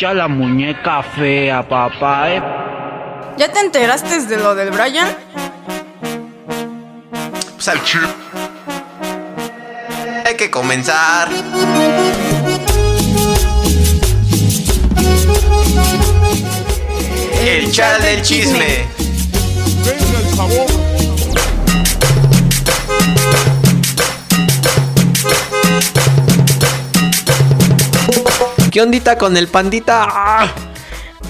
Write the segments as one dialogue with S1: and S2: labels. S1: ya la muñeca fea, papá. ¿eh?
S2: ¿Ya te enteraste de lo del Brian?
S3: Pues al chip. Hay que comenzar. El chat del chisme. ¿Qué ondita con el pandita? ¡Ah!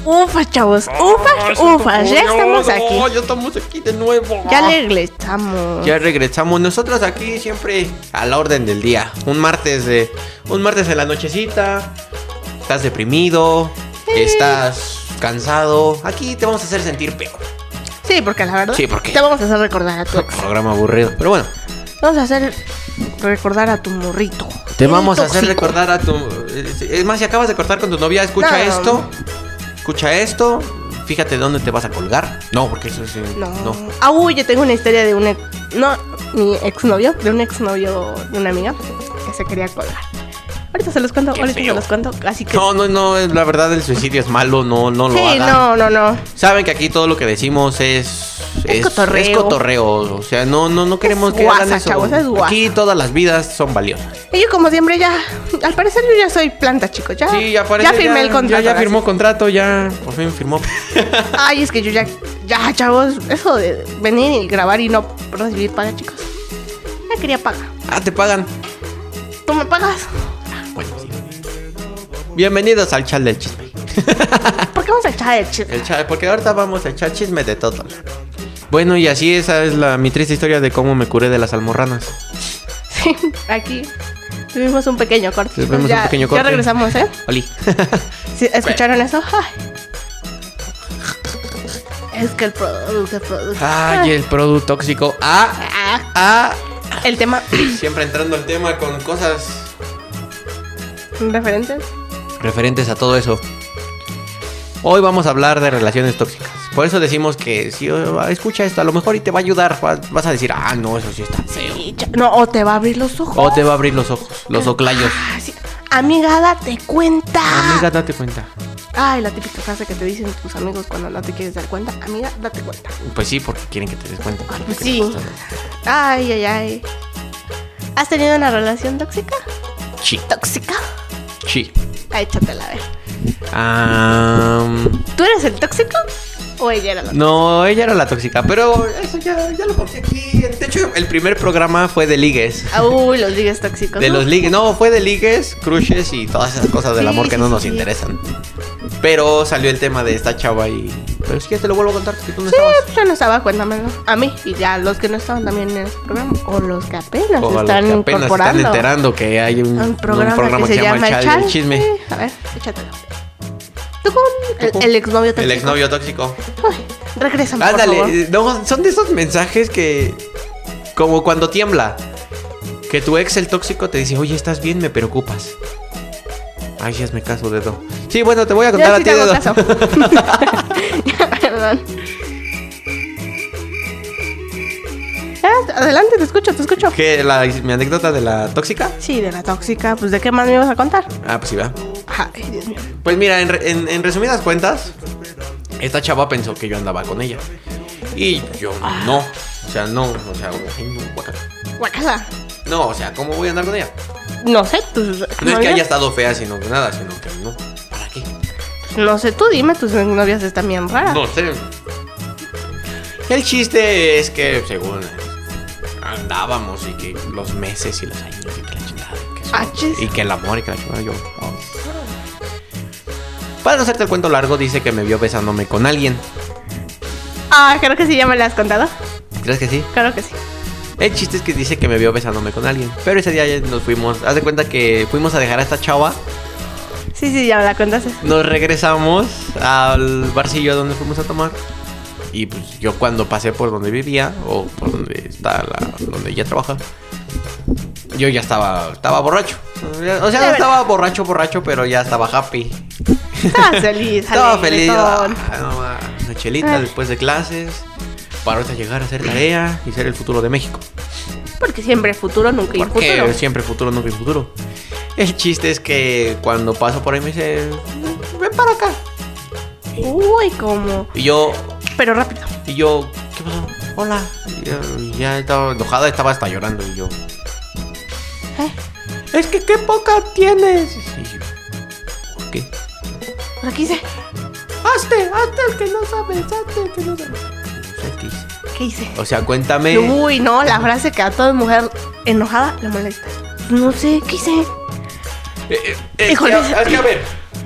S4: Ufa, chavos,
S3: ¡Ah,
S4: ufas,
S3: siento
S4: ufas, ya
S3: furioso!
S4: estamos aquí.
S3: Ya estamos aquí de nuevo.
S4: Ya le regresamos.
S3: Ya regresamos nosotros aquí siempre a la orden del día. Un martes de un martes en la nochecita. Estás deprimido, estás cansado. Aquí te vamos a hacer sentir peor.
S4: Sí, porque la verdad
S3: Sí, porque-
S4: ¿Eh? te vamos a hacer recordar a tu ex.
S3: Programa aburrido, pero bueno,
S4: Vamos a hacer recordar a tu morrito.
S3: te
S4: El
S3: vamos a hacer
S4: tóxico.
S3: recordar a tu eh, es más si acabas de cortar con tu novia, escucha
S4: No.
S3: esto. Escucha esto. Fíjate dónde te vas a colgar. No, porque eso es eh,
S4: No.
S3: no.
S4: Ah, uy, yo tengo una historia de un ex... No, mi exnovio, de un exnovio de una amiga que se quería colgar. Ahorita se los cuento, ahorita se los cuento. Así que...
S3: No, no, no, la verdad el suicidio es malo, no no lo
S4: sí,
S3: hagan.
S4: no, no, no.
S3: Saben que aquí todo lo que decimos es
S4: Es cotorreo.
S3: es cotorreo, o sea, no no no queremos
S4: Es
S3: que hagan
S4: guasa,
S3: eso.
S4: chavos, es guasa.
S3: Aquí todas las vidas son valiosas.
S4: Y yo como siempre ya... Al parecer yo ya soy planta, chicos. Ah, Ya,
S3: Sí, ya parece
S4: firmé el contrato.
S3: Ya, ya
S4: ahora
S3: firmó contrato, ya por fin firmó.
S4: sí. Ay, es que yo ya... Ya, chavos. Eso de venir y grabar y no recibir paga, chicos. Ya quería paga.
S3: ah, te pagan.
S4: ¿Tú me pagas?
S3: Bueno, sí. Bienvenidos al chat del chisme.
S4: ¿Por qué vamos a echar el chiste?
S3: El chat, porque ahorita vamos a echar chisme de todo. Bueno, y así esa es la mi triste historia de cómo me curé de las almorranas.
S4: Sí, aquí tuvimos un pequeño corte.
S3: Tuvimos
S4: chicos.
S3: un
S4: ya,
S3: pequeño corte.
S4: Ya regresamos, ¿eh?
S3: Oli.
S4: ¿Sí, ¿Escucharon eso? Ay. Es que el producto, el producto.
S3: Ay, el producto tóxico. Ah,
S4: Ah,
S3: ah.
S4: el tema
S3: Siempre entrando al tema con cosas
S4: referentes.
S3: referentes a todo eso. Hoy vamos a hablar de relaciones tóxicas. Por eso decimos que si oh, escucha esto, a lo mejor y te va a ayudar. va- Vas a decir, ah, no, eso sí está feo.
S4: Sí, cha- no, o te va a abrir los ojos.
S3: O te va a abrir los ojos, los oclayos.
S4: Ah, sí. Amiga, date cuenta.
S3: Amiga, date cuenta.
S4: Ay, la típica frase que te dicen tus amigos cuando no te quieres dar cuenta. Amiga, date cuenta.
S3: Pues sí, porque quieren que te des cuenta.
S4: Ay, pues sí. Ay, ay, ay. ¿Has tenido una relación tóxica?
S3: Sí,
S4: ¿Tóxica?
S3: sí.
S4: Ay, échatela a ver.
S3: Am,
S4: ¿Tú eres el tóxico o ella era la
S3: no, ella era la tóxica, pero eso ya, ya lo conté aquí. De hecho, el primer programa fue de ligues.
S4: Ah, Uy, los ligues tóxicos.
S3: De
S4: ¿no?
S3: los ligues, no, fue de ligues, crushes y todas esas cosas del
S4: Sí,
S3: amor que
S4: sí,
S3: no
S4: sí,
S3: nos
S4: sí.
S3: interesan. Pero salió el tema de esta chava y. Pero si quieres te lo vuelvo a contar porque tú no
S4: Sí,
S3: estabas.
S4: pues yo no estaba, cuéntamelo. A mí y ya los que no estaban también en este programa o los que apenas
S3: O a los
S4: están
S3: que apenas se están
S4: incorporando.
S3: enterando que hay un,
S4: a
S3: un programa, que, se llama El,
S4: Chal.
S3: Chisme.
S4: Sí, a ver, échatelo. Tú con el, el exnovio tóxico.
S3: El exnovio tóxico.
S4: Ay, regrésame, por favor.
S3: Ándale, no, son de esos mensajes que. Como cuando tiembla. Que tu ex, el tóxico, te dice, oye, estás bien, me preocupas. Ay, sí, hazme caso, dedo. Sí, bueno, te voy a contar
S4: Ya
S3: a
S4: sí
S3: ti,
S4: te hago
S3: dedo.
S4: caso. Ya, Perdón. Ya, Adelante, te escucho, te escucho.
S3: ¿Qué? La, ¿Mi anécdota de la tóxica?
S4: Sí, de la tóxica, pues ¿de qué más me ibas a contar?
S3: Ah, pues sí, va.
S4: Ay, Dios mío.
S3: Pues mira, en, re- en- en resumidas cuentas, esta chava pensó que yo andaba con ella. Y yo
S4: Ah.
S3: no. O sea, no. O sea, ay, no, guácala.
S4: Guacala.
S3: no, o sea, ¿cómo voy a andar con ella?
S4: No sé, tus
S3: No es que
S4: novias-
S3: haya estado fea, sino que nada, sino que no. ¿Para qué?
S4: No sé, tú dime, tus novias están bien raras.
S3: No sé. El chiste es que, según andábamos y que los meses y los años y que la chingada, que eso,
S4: Ah, chis.
S3: y que el amor y que la chingada, yo. oh. Para no hacerte el cuento largo, dice que me vio besándome con alguien.
S4: Ah, creo que sí, ya me la has contado.
S3: ¿Crees que sí?
S4: Claro que sí.
S3: El chiste es que dice que me vio besándome con alguien. Pero ese día ya nos fuimos. Haz de cuenta que fuimos a dejar a esta chava.
S4: Sí, sí, ya me la contaste.
S3: Nos regresamos al barcillo donde fuimos a tomar. Y pues yo cuando pasé por donde vivía o por donde está la, donde ella trabaja, yo ya estaba estaba borracho. O sea, no
S4: verdad.
S3: estaba borracho borracho, pero ya estaba happy.
S4: Estabas feliz.
S3: Estaba
S4: alegre,
S3: feliz. Ah,
S4: ton.
S3: no mames, una chelita
S4: Ah.
S3: después de clases para ahorita llegar a hacer tarea y ser el futuro de México.
S4: Porque siempre futuro, nunca hay
S3: Porque
S4: futuro.
S3: siempre futuro, nunca hay futuro. El chiste es que cuando paso por ahí me dice, ven para acá.
S4: Uy, cómo.
S3: Y yo,
S4: Pero rápido.
S3: y yo, ¿qué pasó? Hola. Y ya, y ya estaba enojada, estaba hasta llorando. Y yo,
S4: ¿Eh?
S3: es que qué poca tienes. Y yo, ¿por qué?
S4: ¿Por aquí hice?
S3: Hazte, hazte el que no sabe, hazte el que no sabe. No sé qué hice.
S4: ¿Qué hice?
S3: O sea, cuéntame.
S4: Uy, no, la frase que a toda mujer enojada le molesta. No sé, ¿qué hice?
S3: Eh, eh, eh,
S4: Híjole.
S3: ya, es que a ver,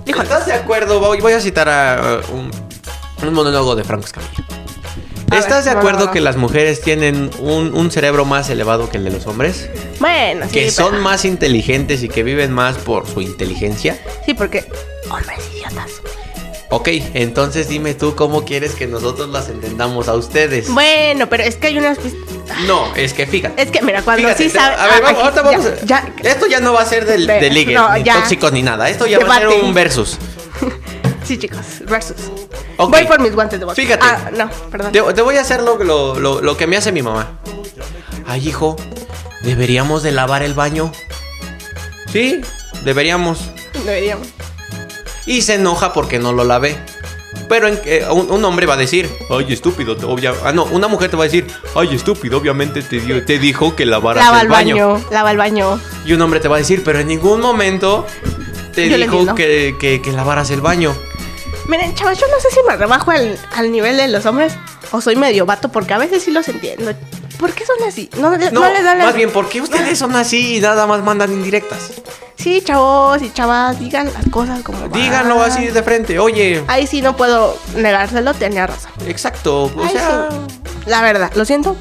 S4: Híjole.
S3: ¿estás de acuerdo? Voy, voy a citar a uh, un, un monólogo de Franco Escamilla.
S4: A ver,
S3: ¿Estás de
S4: no,
S3: acuerdo
S4: no, no.
S3: que las mujeres tienen un, un cerebro más elevado que el de los hombres?
S4: Bueno, sí.
S3: que
S4: pero-
S3: son más inteligentes y que viven más por su inteligencia.
S4: Sí, porque. Hombres idiotas.
S3: Ok, entonces dime tú cómo quieres que nosotros las entendamos a ustedes.
S4: Bueno, pero es que hay unas. pis-
S3: No, es que fíjate.
S4: Es que, mira, cuando
S3: Fíjate,
S4: sí
S3: te-
S4: sabes.
S3: A ver,
S4: ah,
S3: vamos,
S4: aquí,
S3: ahorita vamos a-
S4: Ya, ya-
S3: Esto ya no va a ser del,
S4: Ve-
S3: de ligue,
S4: no,
S3: ni
S4: ya.
S3: tóxicos ni nada. Esto ya va a ser
S4: Debate.
S3: un versus.
S4: sí, chicos. Versus.
S3: Ok.
S4: Voy por mis guantes de box.
S3: Fíjate.
S4: Ah, no, perdón.
S3: Te, te voy a hacer lo, lo- lo- lo que me hace mi mamá. Ay, hijo, ¿deberíamos de lavar el baño? Sí, deberíamos.
S4: Deberíamos.
S3: Y se enoja porque no lo lavé. Pero en- eh, un, un hombre va a decir, ay, estúpido, te- obvia... Ah, no, una mujer te va a decir, ay, estúpido, obviamente te, dio- te dijo que lavaras
S4: Lava
S3: el
S4: el
S3: baño.
S4: baño. Lava el baño.
S3: Y un hombre te va a decir, pero en ningún momento te
S4: Yo le
S3: dijo
S4: entiendo.
S3: que, que- que lavaras el baño.
S4: Miren, chavos, yo no sé si me rebajo al, al nivel de los hombres o soy medio vato, porque a veces sí los entiendo. ¿Por qué son así? No, le-
S3: No,
S4: no les dan la-
S3: más bien, ¿por qué ustedes son así y nada más mandan indirectas?
S4: Sí, chavos y chavas, digan las cosas como. van.
S3: Díganlo así de frente, oye.
S4: Ahí sí no puedo negárselo, tenía razón.
S3: Exacto, o
S4: Ay,
S3: sea...
S4: sí. La verdad, lo siento.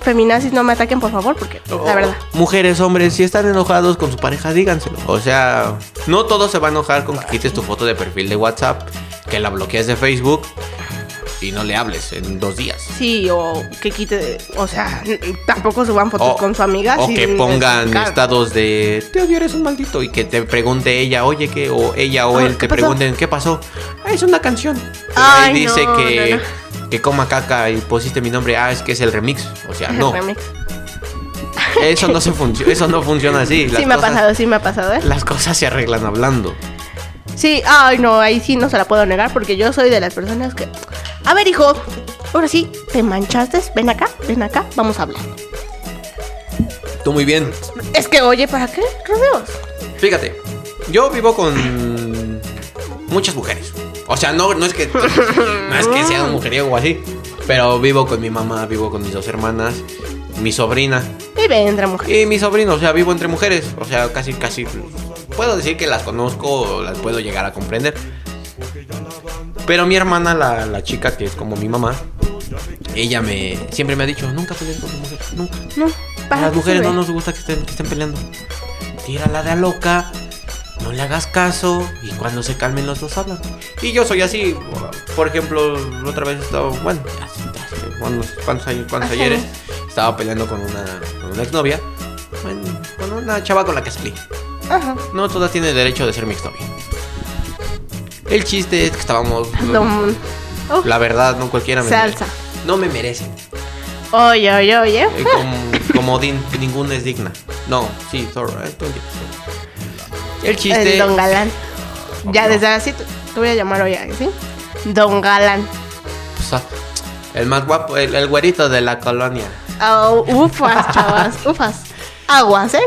S4: Feminazis, no me ataquen, por favor, porque
S3: Oh.
S4: la verdad.
S3: Mujeres, hombres, si están enojados con su pareja, díganselo. O sea, no todo se va a enojar con que quites tu foto de perfil de WhatsApp, que la bloquees de Facebook y no le hables en dos días.
S4: Sí, o que quite. O sea, n- tampoco suban fotos
S3: O-
S4: con su amiga.
S3: Oh. O
S4: sin
S3: que pongan
S4: explicar.
S3: estados de te odio, eres un maldito. Y que te pregunte ella, oye, que, o ella o
S4: Ah,
S3: él
S4: ¿qué
S3: te
S4: pasó?
S3: pregunten, ¿qué pasó? Ah, es una canción. Pero
S4: Ay,
S3: ahí dice
S4: no,
S3: que,
S4: no,
S3: que coma caca y pusiste mi nombre. Ah, es que es el remix. O sea, no.
S4: Remix.
S3: Eso no se funciona, eso no funciona así.
S4: Sí,
S3: Las
S4: me ha
S3: cosas-
S4: pasado, sí, me ha pasado, ¿eh?
S3: Las cosas se arreglan hablando.
S4: Sí, ay, no, ahí sí no se la puedo negar porque yo soy de las personas que. A ver, hijo, ahora sí, te manchaste, ven acá, ven acá, vamos a hablar.
S3: Tú muy bien.
S4: Es que, oye, ¿para qué rodeos?
S3: Fíjate, yo vivo con muchas mujeres. O sea, no, no es que no es que sea un mujeriego o así, pero vivo con mi mamá, vivo con mis dos hermanas, mi sobrina
S4: Y vendrá, mujer.
S3: y mi sobrino, o sea, vivo entre mujeres, o sea, casi casi puedo decir que las conozco, las puedo llegar a comprender. Pero mi hermana, la, la chica que es como mi mamá, ella me siempre me ha dicho, nunca pelees con tu mujer, nunca.
S4: No,
S3: A
S4: para
S3: las
S4: qué
S3: mujeres no
S4: rodeos.
S3: nos gusta que estén, que estén peleando. Tírala de a loca, no le hagas caso y cuando se calmen los dos hablan. Y yo soy así, por ejemplo, la otra vez estaba, bueno, hace- hace unos cuantos, años- cuantos
S4: Ajá.
S3: ayeres, estaba peleando con una, con una exnovia, bueno, con una chava con la que salí.
S4: Ajá.
S3: No todas tienen derecho de ser mi exnovia. El chiste es que estábamos,
S4: Dom- Uf,
S3: la verdad, no cualquiera me merece.
S4: salsa.
S3: No me merecen.
S4: Oye, oye, oye.
S3: Eh, com- como din- ninguna es digna. No, sí, sorry. eh, tú entiendes. El chiste.
S4: El Don Galán. Ya,
S3: no.
S4: desde ahora sí te, te voy a llamar hoy, ¿eh? ¿sí? Don Galán.
S3: pues, ah, el más guapo, el, el güerito de la colonia.
S4: Au, Oh, ufas, chavas, ufas. Aguas, ¿eh?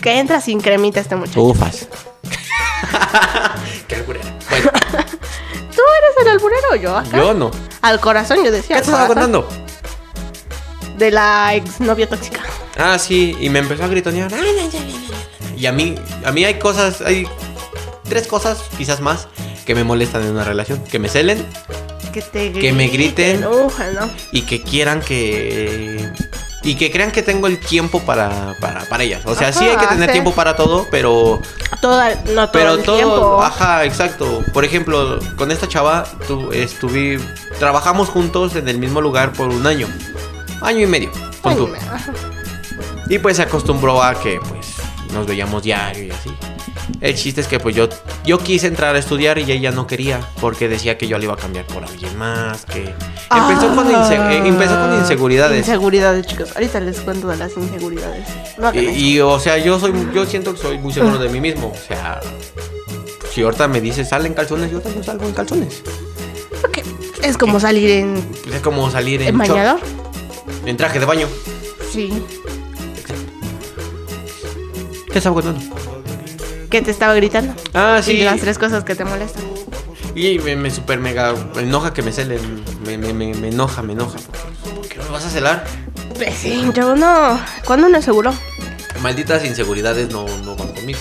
S4: Que entra sin cremita este muchacho.
S3: Ufas. Qué alburera. Bueno,
S4: ¿Tú eres el alburero o yo acá?
S3: yo no.
S4: Al corazón, yo
S3: ¿Qué
S4: decía.
S3: te
S4: al
S3: estaba
S4: corazón.
S3: contando?
S4: De la exnovia tóxica.
S3: Ah, sí, y me empezó a gritonear. "Ay, ay, ay, ay, ay". Y a mí, a mí hay cosas, hay tres cosas, quizás más, que me molestan en una relación. Que me celen,
S4: Que te
S3: Que me griten.
S4: Uja, no.
S3: y que quieran que y que crean que tengo el tiempo para, para, para ellas. O sea, sí hay que
S4: Ajá,
S3: tener
S4: sí.
S3: tiempo para todo, pero
S4: Toda, no todo
S3: pero
S4: el
S3: todo,
S4: tiempo.
S3: ajá, exacto. Por ejemplo, con esta chava tu, estuve trabajamos juntos en el mismo lugar por un año. Año y medio. pon
S4: Ay,
S3: tú.
S4: me- ajá.
S3: Y pues se acostumbró a que pues nos veíamos diario y así. El chiste es que pues yo, yo quise entrar a estudiar y ella no quería porque decía que yo le iba a cambiar por alguien más, que empezó, con, inse-
S4: Ah.
S3: eh, empezó con inseguridades.
S4: Inseguridades, chicos. Ahorita les cuento de las inseguridades. No hagan
S3: Y, y, o sea, yo soy yo siento que soy muy seguro de mí mismo, o sea, si ahorita me dices, salen calzones, yo también salgo en calzones.
S4: Ok. Es como salir en,
S3: Pues es como salir en,
S4: en
S3: short,
S4: bañador.
S3: en traje de baño.
S4: Sí.
S3: ¿Qué estaba contando?
S4: Que te estaba gritando.
S3: Ah,
S4: Y
S3: sí.
S4: las tres cosas que te molestan.
S3: Y me, me super mega enoja que me celen. Me, me, me, me enoja, me enoja. ¿Por qué me vas a celar?
S4: Pues sí, yo no. ¿Cuándo no es seguro?
S3: Malditas inseguridades no, no van conmigo.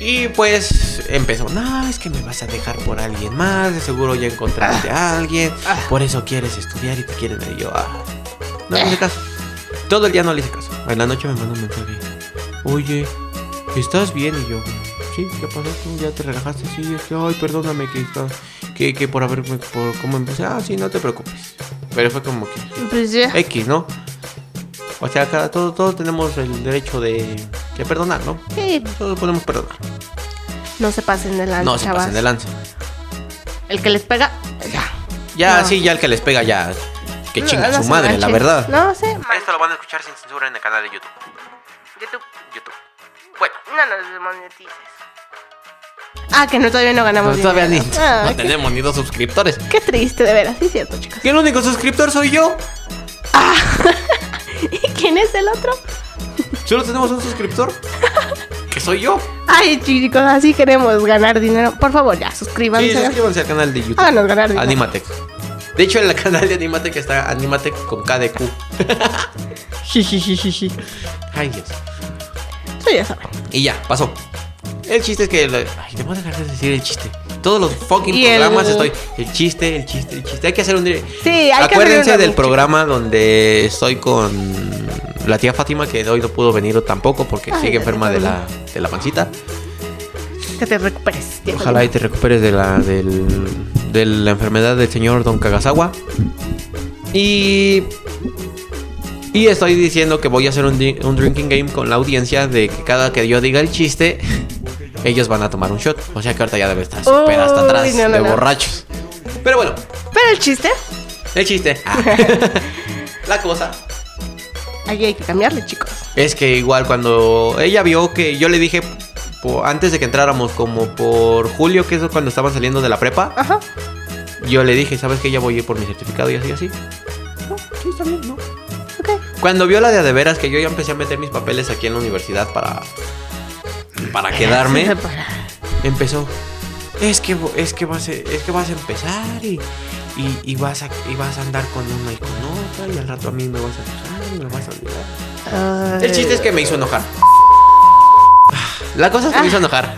S3: Y pues empezó, no, es que me vas a dejar por alguien más, de seguro ya encontraste a alguien, por eso quieres estudiar y te quieren ahí". yo. "Ah". No le hice caso. Todo el día no le hice caso. En la noche me mandó un mensaje. Oye, ¿estás bien? Y yo, sí, ¿qué pasó? ¿Tú ya te relajaste? Sí, es que, ay, perdóname que está, que, que por haberme, por cómo empecé. Ah, sí, no te preocupes. Pero fue como que,
S4: Pues ya.
S3: X, ¿no? O sea, cada, todos, todos tenemos el derecho de, de perdonar, ¿no?
S4: Sí,
S3: Todos podemos perdonar.
S4: no se pasen de lanza,
S3: no se
S4: chavas.
S3: pasen de lanza.
S4: El que les pega, ya.
S3: Ya,
S4: No.
S3: sí, ya el que les pega ya. Que chinga
S4: No, no
S3: su
S4: se
S3: madre, la
S4: manchen.
S3: verdad.
S4: No sé.
S3: Esto lo van a escuchar sin censura en el canal de YouTube.
S4: YouTube,
S3: YouTube. Bueno,
S4: no nos desmonetices. Ah, que no todavía no ganamos.
S3: no, todavía ni,
S4: dinero. Ah,
S3: no
S4: qué-
S3: tenemos ni dos suscriptores.
S4: Qué triste, de veras, sí es cierto, chicas.
S3: Y el único suscriptor soy yo.
S4: ¿Y quién es el otro?
S3: Solo tenemos un suscriptor. Que soy yo.
S4: Ay, chicos, así queremos ganar dinero. Por favor, ya, suscríbanse.
S3: Sí, suscríbanse al canal de YouTube.
S4: Háganos ganar dinero.
S3: Animatec. De hecho, en el canal de Animatec está Animatec con KDQ. Ay, Dios.
S4: Eso ya saben.
S3: Y ya, pasó. El chiste es que. lo- Ay, te voy a dejar de decir el chiste. Todos los fucking
S4: Y el-
S3: programas estoy. El chiste, el chiste, el chiste. Hay que hacer un. dire-
S4: Sí, hay que hacer
S3: Acuérdense
S4: uno,
S3: del
S4: mi
S3: programa donde estoy con la tía Fátima, que hoy no pudo venir tampoco porque
S4: Ay,
S3: sigue
S4: la
S3: enferma
S4: tía
S3: de la, de la pancita.
S4: Que te recuperes. tío.
S3: Ojalá y te recuperes de la, del- de la enfermedad del señor Don Kagasawa. Y. Y estoy diciendo que voy a hacer un, di- un drinking game con la audiencia de que cada que yo diga el chiste, ellos van a tomar un shot. O sea que ahorita ya debe estar súper hasta
S4: Uy,
S3: atrás
S4: no, no,
S3: de
S4: no.
S3: borrachos. Pero bueno,
S4: Pero el chiste,
S3: el chiste. Ah. la cosa
S4: ahí hay que cambiarle, chicos.
S3: es que igual cuando ella vio que yo le dije po- antes de que entráramos, como por julio, que es cuando estaban saliendo de la prepa.
S4: Ajá.
S3: Yo le dije, ¿sabes qué? Ya voy a ir por mi certificado y así, así. No, sí, está bien, no.
S4: Ok.
S3: Cuando vio la de a de veras que yo ya empecé a meter mis papeles aquí en la universidad para. para
S4: Sí,
S3: quedarme,
S4: para-
S3: empezó. Es que, vo- es que, vas, a, es que vas a empezar y, y, y vas a, y vas a andar con una y con otra y al rato a mí me vas a dejar, me vas a olvidar.
S4: Ay.
S3: El chiste es que me hizo enojar.
S4: Ah.
S3: La cosa es que me hizo enojar.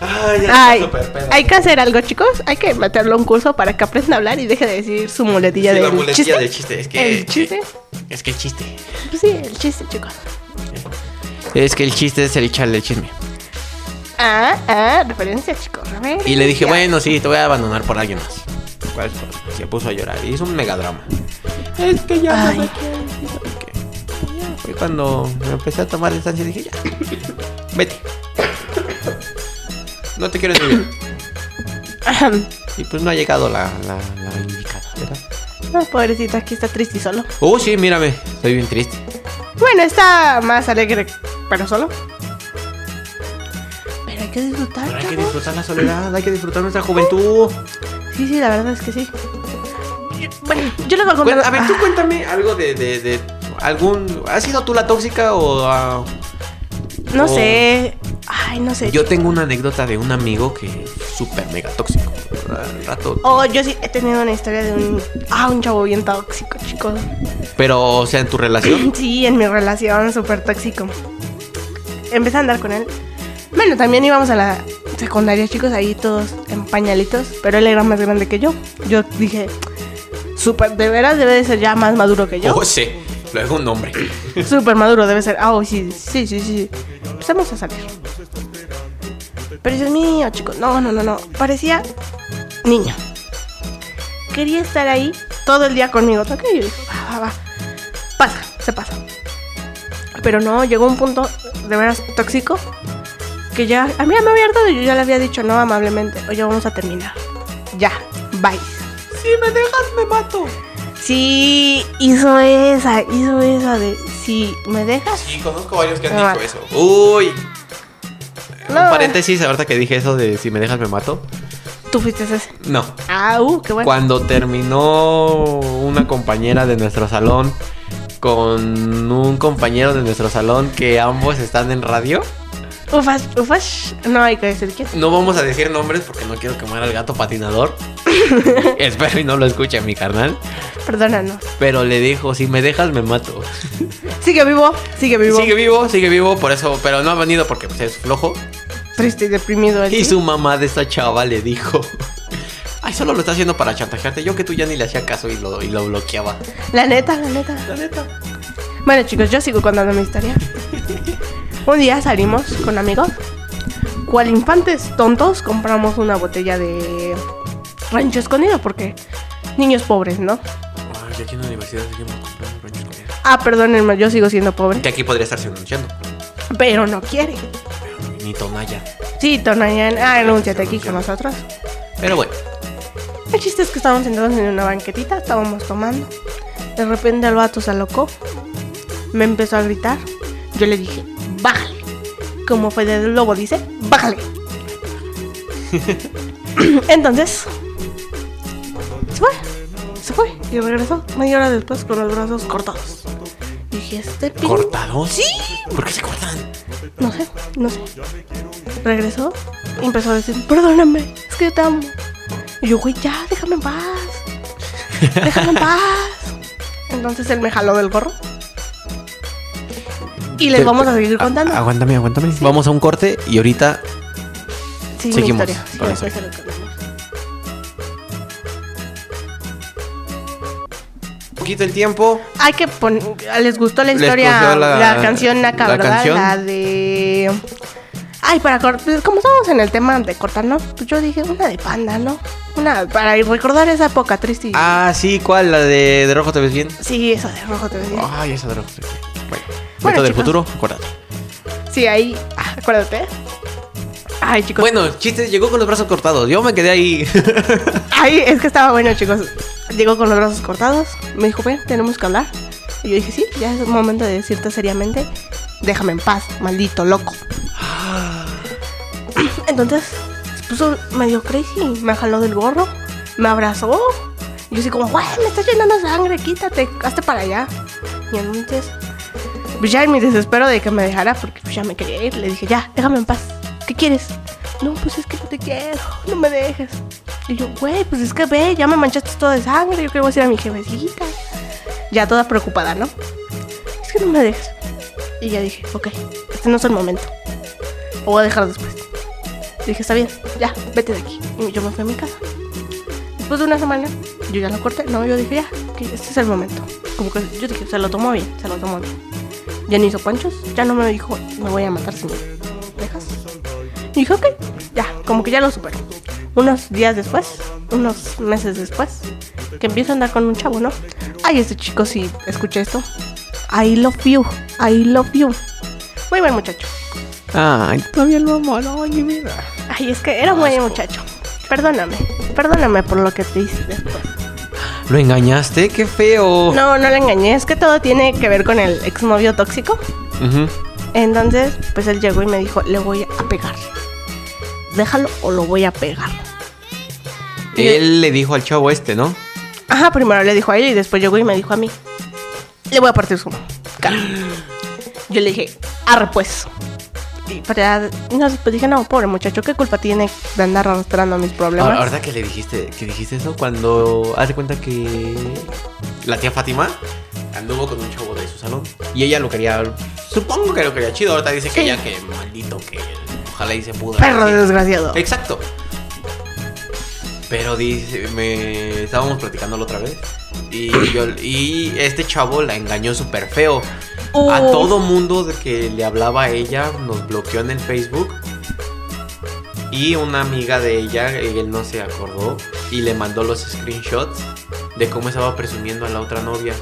S3: Ay, ya
S4: Ay,
S3: estoy súper pedo.
S4: hay que hacer algo, chicos. Hay que meterlo a un curso para que aprenda a hablar y deje de decir su muletilla
S3: Sí,
S4: de
S3: la muletilla
S4: chiste.
S3: del chiste. Es que,
S4: ¿El chiste?
S3: Es que el chiste.
S4: Pues sí, el chiste, chicos.
S3: Es que el chiste es el echarle el chisme.
S4: Ah, ah, referencia, chicos. referencia.
S3: Y le dije, bueno, sí, te voy a abandonar por alguien más. Pues, pues, se puso a llorar. Y hizo un megadrama. Es que ya no
S4: Ay.
S3: sé qué, y sabe qué. Y ya, Fue cuando me empecé a tomar distancia y dije, ya, vete. No te quiero ni ver.
S4: Ahem.
S3: Y pues no ha llegado la, la, la indicada, ¿verdad?
S4: Ah, pobrecito, aquí está triste y solo.
S3: Oh, sí, mírame. Estoy bien triste.
S4: Bueno, está más alegre, pero solo. Pero hay que disfrutar,
S3: Pero hay que
S4: chavos.
S3: disfrutar la soledad, hay que disfrutar nuestra juventud.
S4: Sí, sí, la verdad es que sí. Bueno, yo les voy a contar.
S3: Cuen- a ver, tú
S4: Ah,
S3: cuéntame algo de, de- de algún... ¿Has sido tú la tóxica o...? ah,
S4: Ah, no
S3: o-
S4: sé. Ay, no sé.
S3: Oh. Yo tengo una anécdota de un amigo que es súper mega tóxico. Al rato...
S4: Oh, yo sí he tenido una historia de un. Ah, un chavo bien tóxico, chicos.
S3: Pero, o sea, en tu relación...
S4: Sí, en mi relación, súper tóxico. Empecé a andar con él. Bueno, también íbamos a la secundaria, chicos, ahí todos en pañalitos, pero él era más grande que yo. Yo dije, súper, de veras debe de ser ya más maduro que yo.
S3: Oh, sí. Luego un hombre.
S4: Súper maduro debe ser. Ah, oh, sí, sí, sí, sí. Empezamos a salir. Pero Dios mío, chicos. No, no, no, no. Parecía niño. Quería estar ahí todo el día conmigo. Toqué y yo dije, va, va, va. Pasa, se pasa. Pero no, llegó un punto de veras tóxico que ya a mí ya me había hartado. Yo ya le había dicho no amablemente. Oye, vamos a terminar. Ya, bye.
S3: Si me dejas, me mato.
S4: Sí, hizo esa, hizo esa de si me dejas.
S3: Sí, conozco varios que han
S4: Me
S3: dicho eso. Uy. Un
S4: No.
S3: paréntesis, ahorita que dije eso de si me dejas me mato.
S4: Tú fuiste ese.
S3: No.
S4: Ah, uh, qué bueno.
S3: Cuando terminó una compañera de nuestro salón con un compañero de nuestro salón que ambos están en radio.
S4: Ufas, ufas. No hay que decir quién.
S3: No vamos a decir nombres porque no quiero quemar al gato patinador. Espero y no lo escuche mi carnal.
S4: Perdónanos.
S3: Pero le dijo, si me dejas me mato.
S4: Sigue vivo, sigue vivo.
S3: Sigue vivo, sigue vivo, por eso, pero no ha venido porque pues, es flojo.
S4: Triste y deprimido. él,
S3: Y
S4: ¿sí?
S3: su mamá de esta chava le dijo, ay, solo lo está haciendo para chantajearte. Yo que tú ya ni le hacía caso y lo, y lo bloqueaba.
S4: La neta, la neta.
S3: La neta.
S4: Bueno, chicos, yo sigo contando mi historia. Un día salimos con amigos. Cual infantes tontos, compramos una botella de rancho escondido porque niños pobres, ¿no?
S3: Ay, aquí en la universidad seguimos comprando ranchos con él.
S4: Ah, perdónenme, yo sigo siendo pobre.
S3: Que aquí podría estarse anunciando.
S4: Pero no quiere.
S3: Ni Tonaya.
S4: Sí, Tonayan, ah, anúnciate aquí con nosotros.
S3: Pero bueno,
S4: El chiste es que estábamos sentados en una banquetita, estábamos tomando. De repente el vato se alocó. Me empezó a gritar. Yo le dije, bájale. Como fue del lobo, dice, bájale. Entonces, se fue. Se fue y regresó media hora después con los brazos cortados. Dije, este pin...
S3: ¿cortados? Sí. ¿Por qué se cortan?
S4: No sé, no sé. Regresó y empezó a decir, perdóname, es que yo te amo. Y yo, güey, ya, déjame en paz. Déjame en paz. Entonces él me jaló del gorro. Y les
S3: Pero-
S4: vamos a seguir contando.
S3: aguántame, aguántame. Vamos a un corte y ahorita
S4: Sí, mi
S3: seguimos
S4: historia. Sí,
S3: con
S4: mi
S3: eso.
S4: historia se la contamos.
S3: poquito el tiempo.
S4: Hay que poner... Les gustó la
S3: Les
S4: historia,
S3: gustó la-
S4: la, canción acá,
S3: la
S4: ¿verdad?
S3: canción.
S4: La de... Ay, para cortar... Como estamos en el tema de cortar, ¿no? Pues yo dije una de panda, ¿no? Una para recordar esa época triste. y-
S3: Ah, sí, ¿cuál? La de, de Rojo te ves bien.
S4: Sí, eso de rojo te decía.
S3: Ay, esa de Rojo te ves bien. Bueno,
S4: Bueno,
S3: Reto del
S4: chicos.
S3: futuro, acuérdate.
S4: Sí, ahí. ah, Acuérdate. Ay, chicos.
S3: Bueno, chiste, llegó con los brazos cortados. Yo me quedé ahí.
S4: Ay, es que estaba bueno, chicos. Llegó con los brazos cortados. Me dijo, ven, tenemos que hablar. Y yo dije, sí, ya es momento de decirte seriamente. Déjame en paz, maldito loco. Entonces, se puso medio crazy. Me jaló del gorro. Me abrazó. Y yo así como, güey, me estás llenando de sangre, quítate, hazte para allá. Y entonces, pues ya en mi desespero de que me dejara, porque pues ya me quería ir, le dije, ya, déjame en paz. ¿Qué quieres? No, pues es que no te quiero, no me dejes. Y yo, güey, pues es que ve, ya me manchaste todo de sangre, yo creo que voy a decir a mi jefecita. Ya toda preocupada, ¿no? Es que no me dejes. Y ya dije, ok, este no es el momento. Lo voy a dejar después. Le dije, está bien, ya, vete de aquí. Y yo me fui a mi casa. Después de una semana, yo ya lo corté. No, yo dije, ya, que este es el momento. Como que yo dije, se lo tomó bien, se lo tomó bien. Ya no hizo panchos, ya no me dijo, me voy a matar si me dejas. Y dije, ok, ya, como que ya lo superé. Unos días después, unos meses después, que empiezo a andar con un chavo, ¿no? Ay, este chico sí, escuché esto. I love you, I love you. Muy buen muchacho.
S3: Ay, todavía lo amo. No, mi vida.
S4: Ay, es que era un buen
S3: Asco.
S4: muchacho. Perdóname, perdóname por lo que te hice después.
S3: ¿Lo engañaste? ¡Qué feo!
S4: No, no le engañé, es que todo tiene que ver con el exnovio tóxico.
S3: Ujú.
S4: Entonces, pues él llegó y me dijo, le voy a pegar. Déjalo o lo voy a pegar.
S3: Él le dijo al chavo este, ¿no?
S4: Ajá, primero le dijo a él y después llegó y me dijo a mí. Le voy a partir su cara. Yo le dije, arre pues. Y para, no, pues dije, no, pobre muchacho, ¿qué culpa tiene de andar arrastrando mis problemas?
S3: Ahora- Ahorita que le dijiste, que dijiste eso, cuando haz de cuenta que la tía Fátima anduvo con un chavo de su salón y ella lo quería, supongo que lo quería chido. Ahorita dice que
S4: Sí.
S3: ella que maldito que ojalá y se pudo.
S4: Perro desgraciado.
S3: Exacto. Pero dice, me estábamos platicándolo otra vez y yo- y este chavo la engañó súper feo. A
S4: Oh.
S3: todo mundo de que le hablaba a ella nos bloqueó en el Facebook. Y una amiga de ella, él no se acordó y le mandó los screenshots de cómo estaba presumiendo a la otra novia.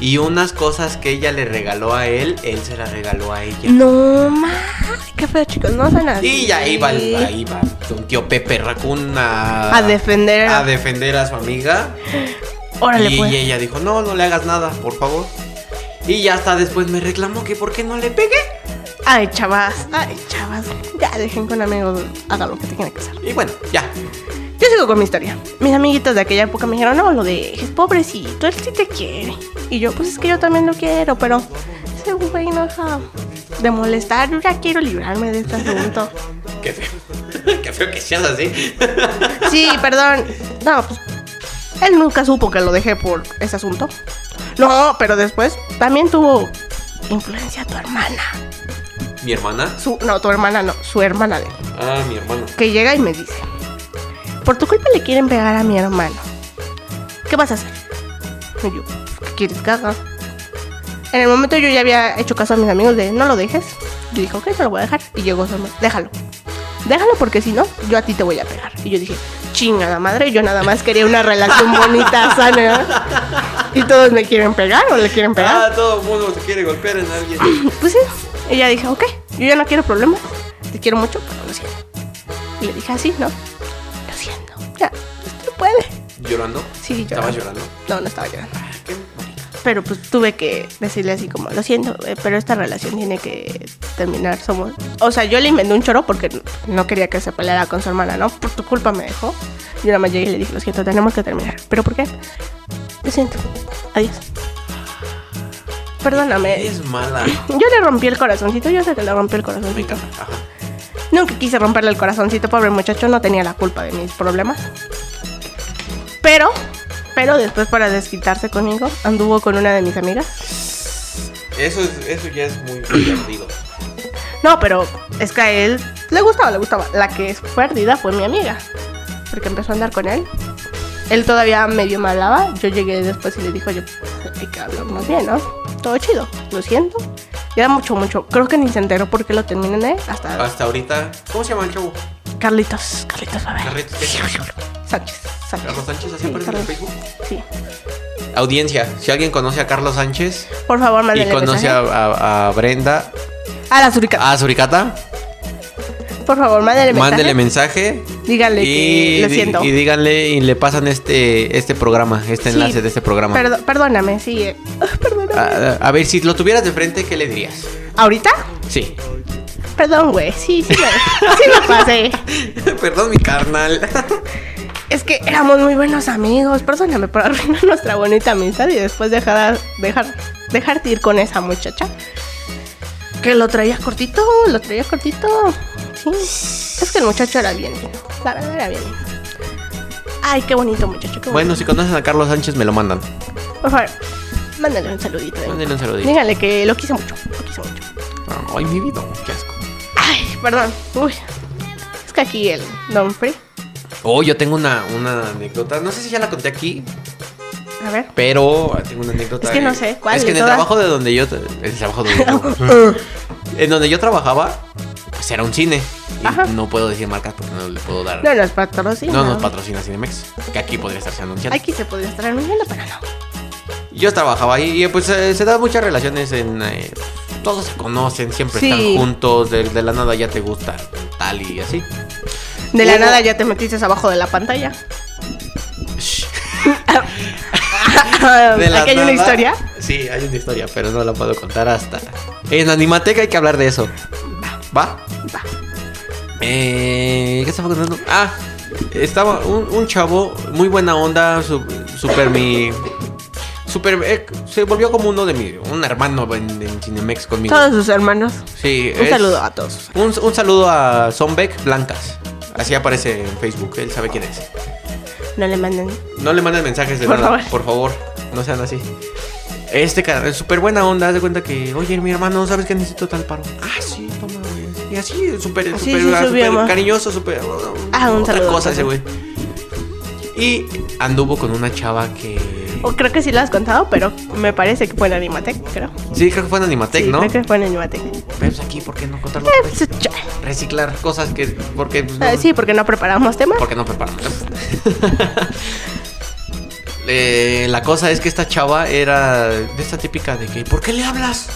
S3: Y unas cosas que ella le regaló a él, él se las regaló a ella.
S4: No más. Qué feo, chicos. No son así.
S3: Y ya iba, el- ahí va un tío Pepe Raccoon a,
S4: A defender a-
S3: a defender a su amiga.
S4: Órale,
S3: y,
S4: pues.
S3: y ella dijo, no, no le hagas nada, por favor. Y ya hasta después me reclamó que por qué no le pegué.
S4: Ay, chavas. Ay, chavas. Ya dejen con amigos. Haga lo que tengan que hacer.
S3: Y bueno, ya.
S4: Yo sigo con mi historia. Mis amiguitos de aquella época me dijeron, no, lo dejes, pobrecito, él sí te quiere. Y yo, pues es que yo también lo quiero, pero ese güey no deja de molestar, yo ya quiero librarme de este asunto.
S3: Qué feo. qué feo que seas así.
S4: Sí, perdón. No, pues él nunca supo que lo dejé por ese asunto. No, pero después también tuvo influencia tu hermana.
S3: Mi hermana.
S4: Su, no, tu hermana no, su hermana de
S3: Ah, mi hermana.
S4: que llega y me dice, por tu culpa le quieren pegar a mi hermano. ¿Qué vas a hacer? Y yo, "Pues, ¿qué quieres que haga? En el momento yo ya había hecho caso a mis amigos de, no lo dejes. Yo dije, ok, se lo voy a dejar. Y llegó su hermano, déjalo. Déjalo porque si no, yo a ti te voy a pegar. Y yo dije, chingada madre, yo nada más quería una relación bonita, sana. Y todos me quieren pegar o le quieren pegar.
S3: Ah, todo el mundo se quiere golpear en alguien.
S4: Pues sí. Ella dije, ok, yo ya no quiero problemas. Te quiero mucho, pero lo siento. Y le dije así, ¿no? Lo siento. Ya, usted puede.
S3: ¿Llorando?
S4: Sí, yo.
S3: ¿Estabas llorando?
S4: No, no estaba llorando.
S3: Qué marica.
S4: Pero pues tuve que decirle así como, lo siento, eh, pero esta relación tiene que terminar. Somos. O sea, yo le inventé un choro porque no quería que se peleara con su hermana, ¿no? Por tu culpa me dejó. Yo nada más llegué y le dije, lo siento, tenemos que terminar. ¿Pero por qué? Lo siento. Adiós. Perdóname.
S3: Es mala.
S4: Yo le rompí el corazoncito, yo sé que le rompí el
S3: Me
S4: corazoncito.
S3: encanta. Ajá.
S4: Nunca quise romperle el corazoncito, pobre muchacho, no tenía la culpa de mis problemas. Pero, pero después para desquitarse conmigo, anduvo con una de mis amigas.
S3: Eso, es- eso ya es muy perdido.
S4: No, pero es que a él le gustaba, le gustaba. La que fue ardida fue mi amiga, porque empezó a andar con él. Él todavía medio me hablaba, yo llegué después y le dije, oye, pues, hay que hablar más bien, ¿no? Todo chido, lo siento. Y era mucho, mucho. Creo que ni se enteró por qué lo terminé ¿eh? hasta
S3: Hasta ahorita. ¿Cómo se llama el chavo?
S4: Carlitos, Carlitos, a ver.
S3: Carlitos, ¿qué?
S4: Sánchez, Sánchez.
S3: Carlos Sánchez, así
S4: Sí,
S3: aparece en
S4: Carlos.
S3: Facebook.
S4: Sí.
S3: Audiencia, si alguien conoce a Carlos Sánchez
S4: Por favor,
S3: y
S4: mándenle
S3: conoce
S4: mensaje.
S3: a, Ah,
S4: A...
S3: a- a Brenda,
S4: la suricata.
S3: a Suricata,
S4: Por favor, mándale mensaje.
S3: mándele mensaje.
S4: Díganle que lo
S3: di-
S4: siento.
S3: y díganle y le pasan este, este programa, este
S4: Sí,
S3: enlace de este programa.
S4: perdo- perdóname, sí. eh. Perdóname.
S3: A, a ver, si lo tuvieras de frente, ¿qué le dirías?
S4: ¿Ahorita?
S3: Sí.
S4: Perdón, güey. Sí, sí, güey. Sí me pasé.
S3: Perdón, mi carnal.
S4: Es que éramos muy buenos amigos. Perdóname por arruinar nuestra bonita amistad y después dejar, a- dejar, dejarte ir con esa muchacha. Que lo traía cortito, lo traía cortito. Sí. Es que el muchacho era bien. lindo, La verdad era bien. lindo. Ay, qué bonito muchacho. Qué bonito.
S3: bueno, si conocen a Carlos Sánchez, me lo mandan.
S4: Por favor, mándale un saludito. ¿eh?
S3: Mándenle un saludito. Ah,
S4: Díganle que lo quise mucho. Lo quise mucho.
S3: Ay, mi vida, qué asco.
S4: Ay, perdón. Uy. Es que aquí el Don Free.
S3: Oh, yo tengo una, una anécdota. No sé si ya la conté aquí,
S4: A ver.
S3: pero tengo una anécdota.
S4: Es que no
S3: eh.
S4: sé, ¿cuál
S3: Es
S4: de
S3: que en
S4: todas?
S3: el trabajo de donde yo. El trabajo donde yo en donde yo trabajaba, pues era un cine. Y
S4: Ajá.
S3: No puedo decir marcas porque no le puedo dar.
S4: No nos patrocina.
S3: No nos patrocina Cinemex. Que aquí podría estarse anunciando.
S4: Aquí se podría estar anunciando, pero no.
S3: Yo trabajaba ahí y eh, pues eh, se dan muchas relaciones en... eh, todos se conocen, siempre
S4: Sí.
S3: están juntos, de, de la nada ya te gusta tal y así.
S4: De la
S3: Hubo-
S4: nada ya te metiste abajo de la pantalla.
S3: Shh. De la
S4: aquí hay una
S3: nada-
S4: historia.
S3: Sí, hay una historia, pero no la puedo contar hasta... En Animateca hay que hablar de eso. ¿Va?
S4: Va.
S3: Eh, ¿Qué estaba contando? Ah, estaba un, un chavo muy buena onda, su- super mi... Super, eh, se volvió como uno de mi... Un hermano en, en Cinemex conmigo.
S4: Todos sus hermanos.
S3: Sí,
S4: Un
S3: es-
S4: saludo a todos.
S3: Un, un saludo a Sonbeck Blancas. Así aparece en Facebook, él sabe quién es.
S4: No le manden.
S3: No le manden mensajes de
S4: Por
S3: nada,
S4: favor.
S3: por favor. No sean así. Este cara, súper buena onda, haz de cuenta que, oye, mi hermano, ¿sabes que necesito tal paro? Ah, sí, toma, güey. Y así, súper,
S4: Así
S3: súper,
S4: se
S3: ah,
S4: subió,
S3: súper
S4: ma.
S3: cariñoso, súper.
S4: Ah, un
S3: otra
S4: saludo,
S3: cosa ese güey.
S4: también.
S3: Y anduvo con una chava que.
S4: O Oh, creo que sí lo has contado, pero me parece que fue en Animatec, creo.
S3: Sí, creo que fue en Animatec,
S4: Sí,
S3: ¿no?
S4: Creo que fue en Animatec.
S3: Pero pues, aquí, ¿por qué no contarlo?
S4: Eh, pues, cha-
S3: Reciclar cosas que. Porque. pues,
S4: Ah,
S3: no-
S4: sí, porque no preparamos temas.
S3: Porque no preparamos. eh, la cosa es que esta chava era de esta típica de que, ¿por qué le hablas?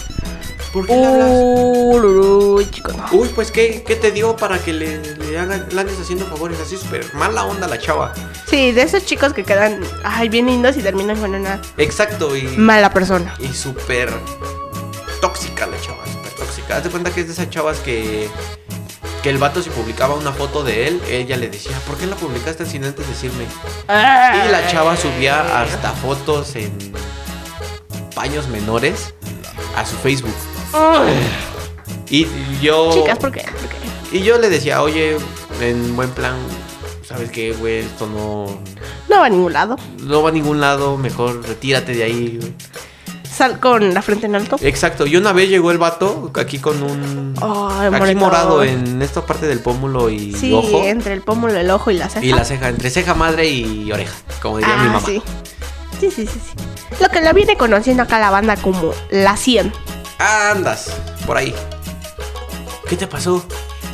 S3: ¿Por qué le hablas?
S4: Uh, lulú, chico, no.
S3: Uy, pues, ¿qué, qué te dio para que le, le, hagan- le andes haciendo favores así? Súper mala onda la chava.
S4: Sí, de esos chicos que quedan, ay, bien lindos y terminan con una
S3: Exacto, y,
S4: mala persona.
S3: y súper tóxica la chava, súper tóxica. Haz de cuenta que es de esas chavas que, que el vato si publicaba una foto de él, ella le decía, ¿por qué la publicaste sin antes decirme? Y la chava subía hasta fotos en paños menores a su Facebook.
S4: Ay,
S3: Y yo.
S4: Chicas, ¿por qué? ¿Por qué?
S3: Y yo le decía, oye, en buen plan, ¿sabes qué, güey? Esto no,
S4: No va a ningún lado.
S3: no va a ningún lado, mejor retírate de ahí. güey".
S4: Sal con la frente en alto.
S3: Exacto, y una vez llegó el vato aquí con un.
S4: Ay,
S3: aquí
S4: Oh, moretón.
S3: morado en esta parte del pómulo y
S4: Sí,
S3: ojo.
S4: entre el pómulo, el ojo y la ceja.
S3: Y la ceja, entre ceja madre y oreja, como diría
S4: Ah,
S3: mi mamá.
S4: Sí. sí, sí, sí, sí. Lo que la viene conociendo acá la banda como la 100.
S3: andas por ahí. ¿Qué te pasó?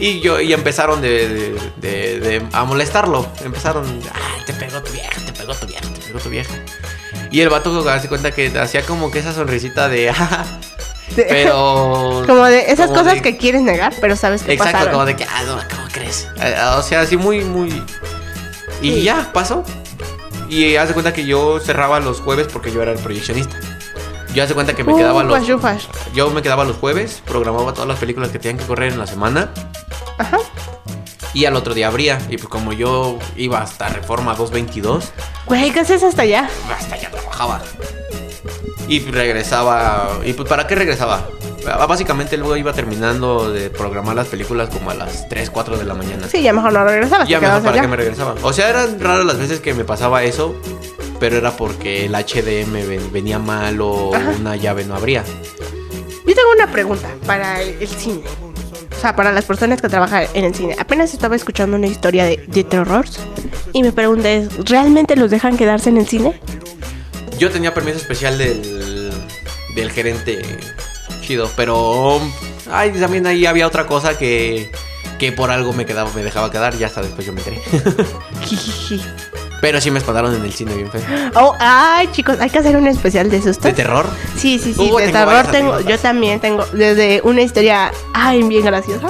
S3: Y yo y empezaron de, de- de- de- a molestarlo. Empezaron, ah, te pegó tu vieja, te pegó tu vieja, te pegó tu vieja. Y el vato se cuenta que hacía como que esa sonrisita de, "Ah", pero
S4: como de esas
S3: como
S4: cosas
S3: de-
S4: que quieres negar, pero sabes que
S3: exacto,
S4: pasaron.
S3: como de que, ah, no, ¿cómo crees? Eh, O sea, así muy, muy. Y
S4: Sí.
S3: ya pasó. Y hace cuenta que yo cerraba los jueves porque yo era el proyeccionista. Yo hace cuenta que me
S4: Uh,
S3: quedaba los
S4: pues, yufas.
S3: yo me quedaba los jueves, programaba todas las películas que tenían que correr en la semana.
S4: Ajá.
S3: Y al otro día abría. Y pues como yo iba hasta Reforma 222,
S4: Güey, ¿qué haces hasta allá?
S3: hasta ya trabajaba. Y regresaba. ¿Y pues para qué regresaba? Ah, Básicamente luego iba terminando de programar las películas como a las 3, 4 de la mañana.
S4: Sí, ya mejor no regresabas.
S3: Ya
S4: te
S3: mejor
S4: quedabas
S3: para
S4: allá.
S3: qué me regresaba. O sea, eran raras las veces que me pasaba eso. Pero era porque el HDM ven- venía mal o
S4: Ajá.
S3: una llave no abría.
S4: Yo tengo una pregunta para el, el cine. O sea, para las personas que trabajan en el cine. Apenas estaba escuchando una historia de, de terrors y me pregunté, ¿realmente los dejan quedarse en el cine?
S3: Yo tenía permiso especial del, del gerente chido, pero ay, también ahí había otra cosa que, que por algo me quedaba, me dejaba quedar, ya hasta después yo me enteré.
S4: Jijiji.
S3: Pero sí me espantaron en el cine bien feo.
S4: Oh, ay, chicos, hay que hacer un especial de sustos.
S3: ¿De terror?
S4: Sí, sí, sí,
S3: Hugo,
S4: de
S3: tengo
S4: terror
S3: varias
S4: tengo. Yo
S3: anécdotas.
S4: también tengo. Desde una historia, ay, bien graciosa.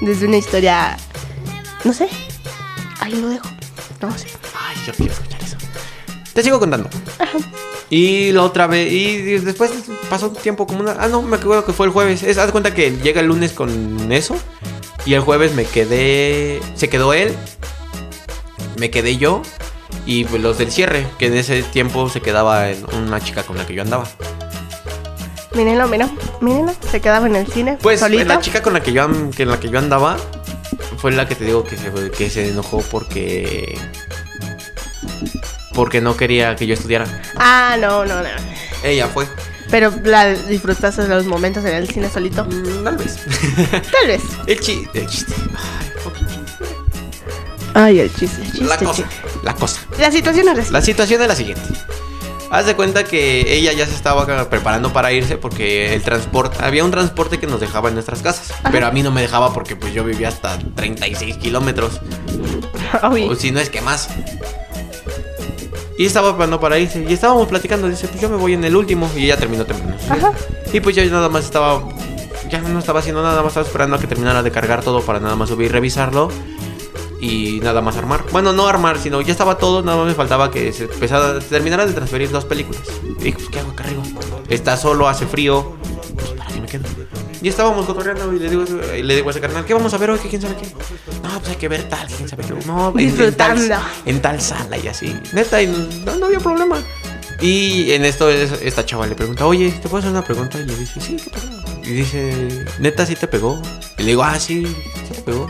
S4: Desde una historia, no sé. Ahí lo dejo. No sé.
S3: Ay, yo quiero escuchar eso. Te sigo contando. Y la otra vez, y después pasó un tiempo como una... Ah, no, me acuerdo que fue el jueves. Es, haz de cuenta que llega el lunes con eso. Y el jueves me quedé... Se quedó él. Me quedé yo. Y pues, los del cierre, que en ese tiempo se quedaba en una chica con la que yo andaba.
S4: Mírenlo, mírenlo, mírenlo. Se quedaba en el cine.
S3: Pues
S4: solito.
S3: la chica con la que yo am- que en la que yo andaba fue la que te digo que se, que se enojó porque... Porque no quería que yo estudiara.
S4: Ah, no, no, no.
S3: Ella fue.
S4: Pero la disfrutaste de los momentos en el cine solito.
S3: Mm, Tal vez.
S4: Tal vez.
S3: el chiste. El chiste. Ay, fucking chiste.
S4: Ay, el chiste, el chiste.
S3: La cosa.
S4: chiste.
S3: La cosa.
S4: La situación es así.
S3: La situación es la siguiente. Haz de cuenta que ella ya se estaba ca- preparando para irse porque el transporte, había un transporte que nos dejaba en nuestras casas, pero a mí no me dejaba porque pues yo vivía hasta 36 kilómetros,
S4: Ay,
S3: o si no es que más. Y estaba preparando para irse, y estábamos platicando, dice, pues yo me voy en el último, y ella terminó temprano.
S4: Ajá.
S3: Y pues yo nada más estaba. Ya no estaba haciendo nada, más estaba esperando a que terminara de cargar todo para nada más subir y revisarlo. Y nada más armar. Bueno, no armar, sino ya estaba todo, nada más me faltaba que se empezara, se terminara de transferir dos películas. Y dije, pues, ¿qué hago acá arriba? Está solo, hace frío. Pues, ¿para qué me quedo? Y estábamos cotorreando y le digo, y le digo a ese carnal, ¿qué vamos a ver hoy? ¿Qué quién sabe qué? No, pues hay que ver tal, quién sabe qué. No, en- en tal-
S4: Disfrutando.
S3: en tal sala y así. Neta, y no, no había problema. Y en esto es- esta chava le pregunta, oye, ¿te puedo hacer una pregunta? Y le dice, sí, ¿qué pasó? Y dice, neta, sí te pegó. Y le digo, ah, sí, sí te pegó.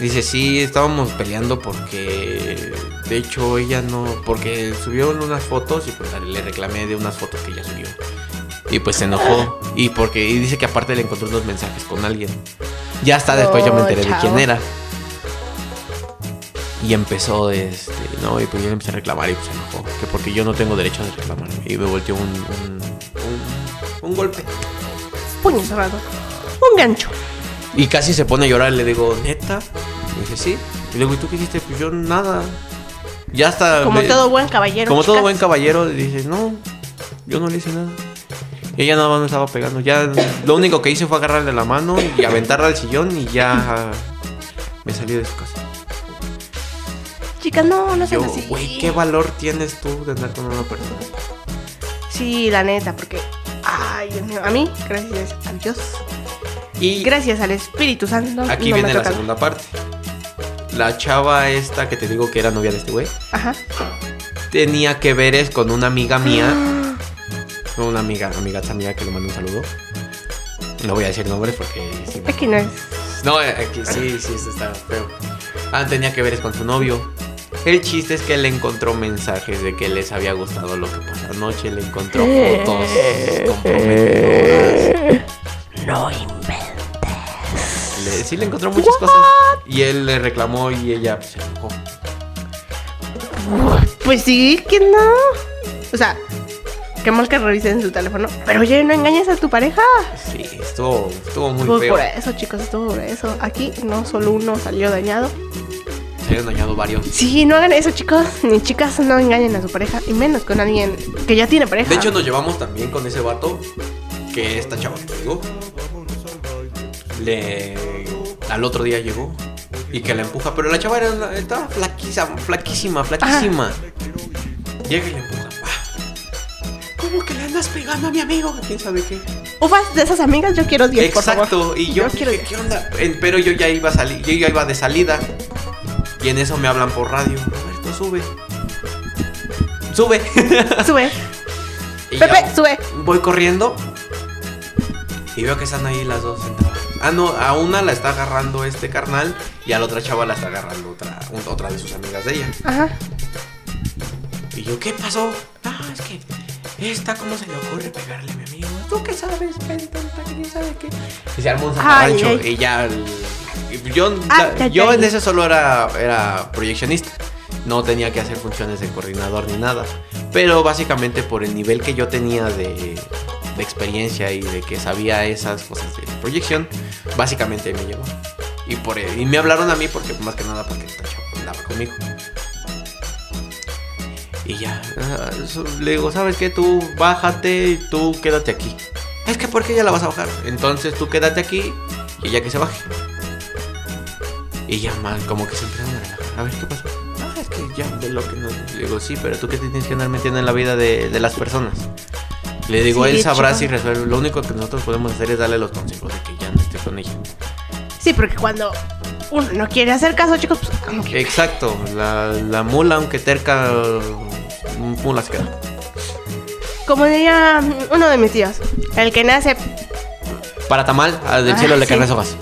S3: Dice, sí, estábamos peleando porque, de hecho, ella no, porque subió unas fotos y pues le reclamé de unas fotos que ella subió. Y pues se enojó. Y porque y dice que aparte le encontró unos mensajes con alguien. Ya hasta después yo
S4: Oh,
S3: me enteré de
S4: chao.
S3: quién era. Y empezó, este, no, y pues yo le empecé a reclamar y pues se enojó. Que porque yo no tengo derecho de reclamar. Y me volteó un, un, un, un golpe.
S4: puño cerrado. Un gancho.
S3: Y casi se pone a llorar. Le digo, ¿neta? Y dije, sí. Y le digo, ¿y tú qué hiciste? Pues yo nada. Ya hasta.
S4: Como
S3: le-
S4: todo buen caballero.
S3: Como todo
S4: chicas.
S3: buen caballero, le dice, no, yo no le hice nada. Ella nada más me estaba pegando. Ya lo único que hice fue agarrarle la mano y aventarla al sillón y ya me salí de su casa.
S4: Chicas, no, no
S3: Yo,
S4: sean así.
S3: güey, ¿qué valor tienes tú de andar con una persona?
S4: Sí, la neta, porque. Ay, Dios mío. A mí, gracias a Dios.
S3: Y
S4: Gracias al Espíritu Santo.
S3: aquí
S4: no me
S3: viene la
S4: tocan.
S3: segunda parte. La chava esta que te digo que era novia de este güey,
S4: Ajá.
S3: tenía que veres con una amiga mía,
S4: Ah,
S3: con una amiga, amiga mía que le mando un saludo. No voy a decir nombres porque... si no-
S4: Aquí no es.
S3: No, eh, aquí sí, sí, esto está feo. Ah, tenía que ver es con su novio. El chiste es que él encontró mensajes de que les había gustado lo que pasó anoche, le encontró fotos comprometedoras.
S4: No invento.
S3: Le- sí, le encontró muchas cosas. Y él le reclamó y ella pues, se enojó.
S4: Pues sí, que no. O sea, qué mal que revisen su teléfono. Pero oye, no engañes a tu pareja.
S3: Sí, estuvo, estuvo muy
S4: Estuvo
S3: feo.
S4: por eso, chicos, estuvo por eso. Aquí no solo uno salió dañado.
S3: Se habían dañado varios.
S4: Sí, no hagan eso, chicos. Ni chicas no engañen a su pareja. Y menos con alguien que ya tiene pareja.
S3: De hecho, nos llevamos también con ese vato que esta chava que te digo. Le. Al otro día llegó y que la empuja. Pero la chava era una- estaba flaquiza, flaquísima, flaquísima. Llega y le empuja. ¡Ah! ¿Cómo que le andas pegando a mi amigo? ¿Quién sabe qué?
S4: Ufas de esas amigas, yo quiero 10, por favor.
S3: Exacto. Y yo,
S4: Yo quiero
S3: dije, ¿qué onda? Eh, Pero yo ya iba a salir, yo ya iba de salida. Y en eso me hablan por radio. Roberto, sube. Sube.
S4: Sube.
S3: Y ya-
S4: Pepe, sube.
S3: Voy corriendo y veo que están ahí las dos sentadas. Ah, no, a una la está agarrando este carnal y a la otra chava la está agarrando otra, un- otra de sus amigas de ella.
S4: Ajá.
S3: Y yo, ¿qué pasó? Ah, es que esta, ¿cómo se le ocurre pegarle a mi amigo? ¿Tú qué sabes? Ven, tonta, ¿Quién sabe qué? Y se armó un
S4: Ay,
S3: zafarrancho
S4: ay.
S3: y ya. el- y Yo,
S4: Ay,
S3: la-
S4: ay,
S3: yo
S4: ay.
S3: en ese solo era, era proyeccionista. No tenía que hacer funciones de coordinador ni nada. Pero básicamente por el nivel que yo tenía de, de experiencia y de que sabía esas cosas de proyección, básicamente me llevó. Y, por, e, y me hablaron a mí porque más que nada porque esta chava andaba conmigo. Y ya, ah, so- le digo, ¿sabes qué? Tú bájate y tú quédate aquí. Es que porque ya la vas a bajar. Entonces tú quédate aquí y ella que se baje. Y ya mal, como que se empezaron a relajar. A ver qué pasa. Ah, es que ya de lo que no. Le digo, sí, pero tú qué te tienes que andar metiendo en la vida de, de las personas. Le digo,
S4: Sí,
S3: él sabrá
S4: chico.
S3: si resuelve. Lo único que nosotros podemos hacer es darle los consejos de que ya no esté con ella.
S4: Sí, porque cuando uno no quiere hacer caso, chicos, pues como que.
S3: Exacto, la, la mula, aunque terca, mm, mula se queda.
S4: Como diría uno de mis tíos, el que nace.
S3: Para tamal, al del
S4: Ah,
S3: cielo le
S4: sí.
S3: caen las hojas.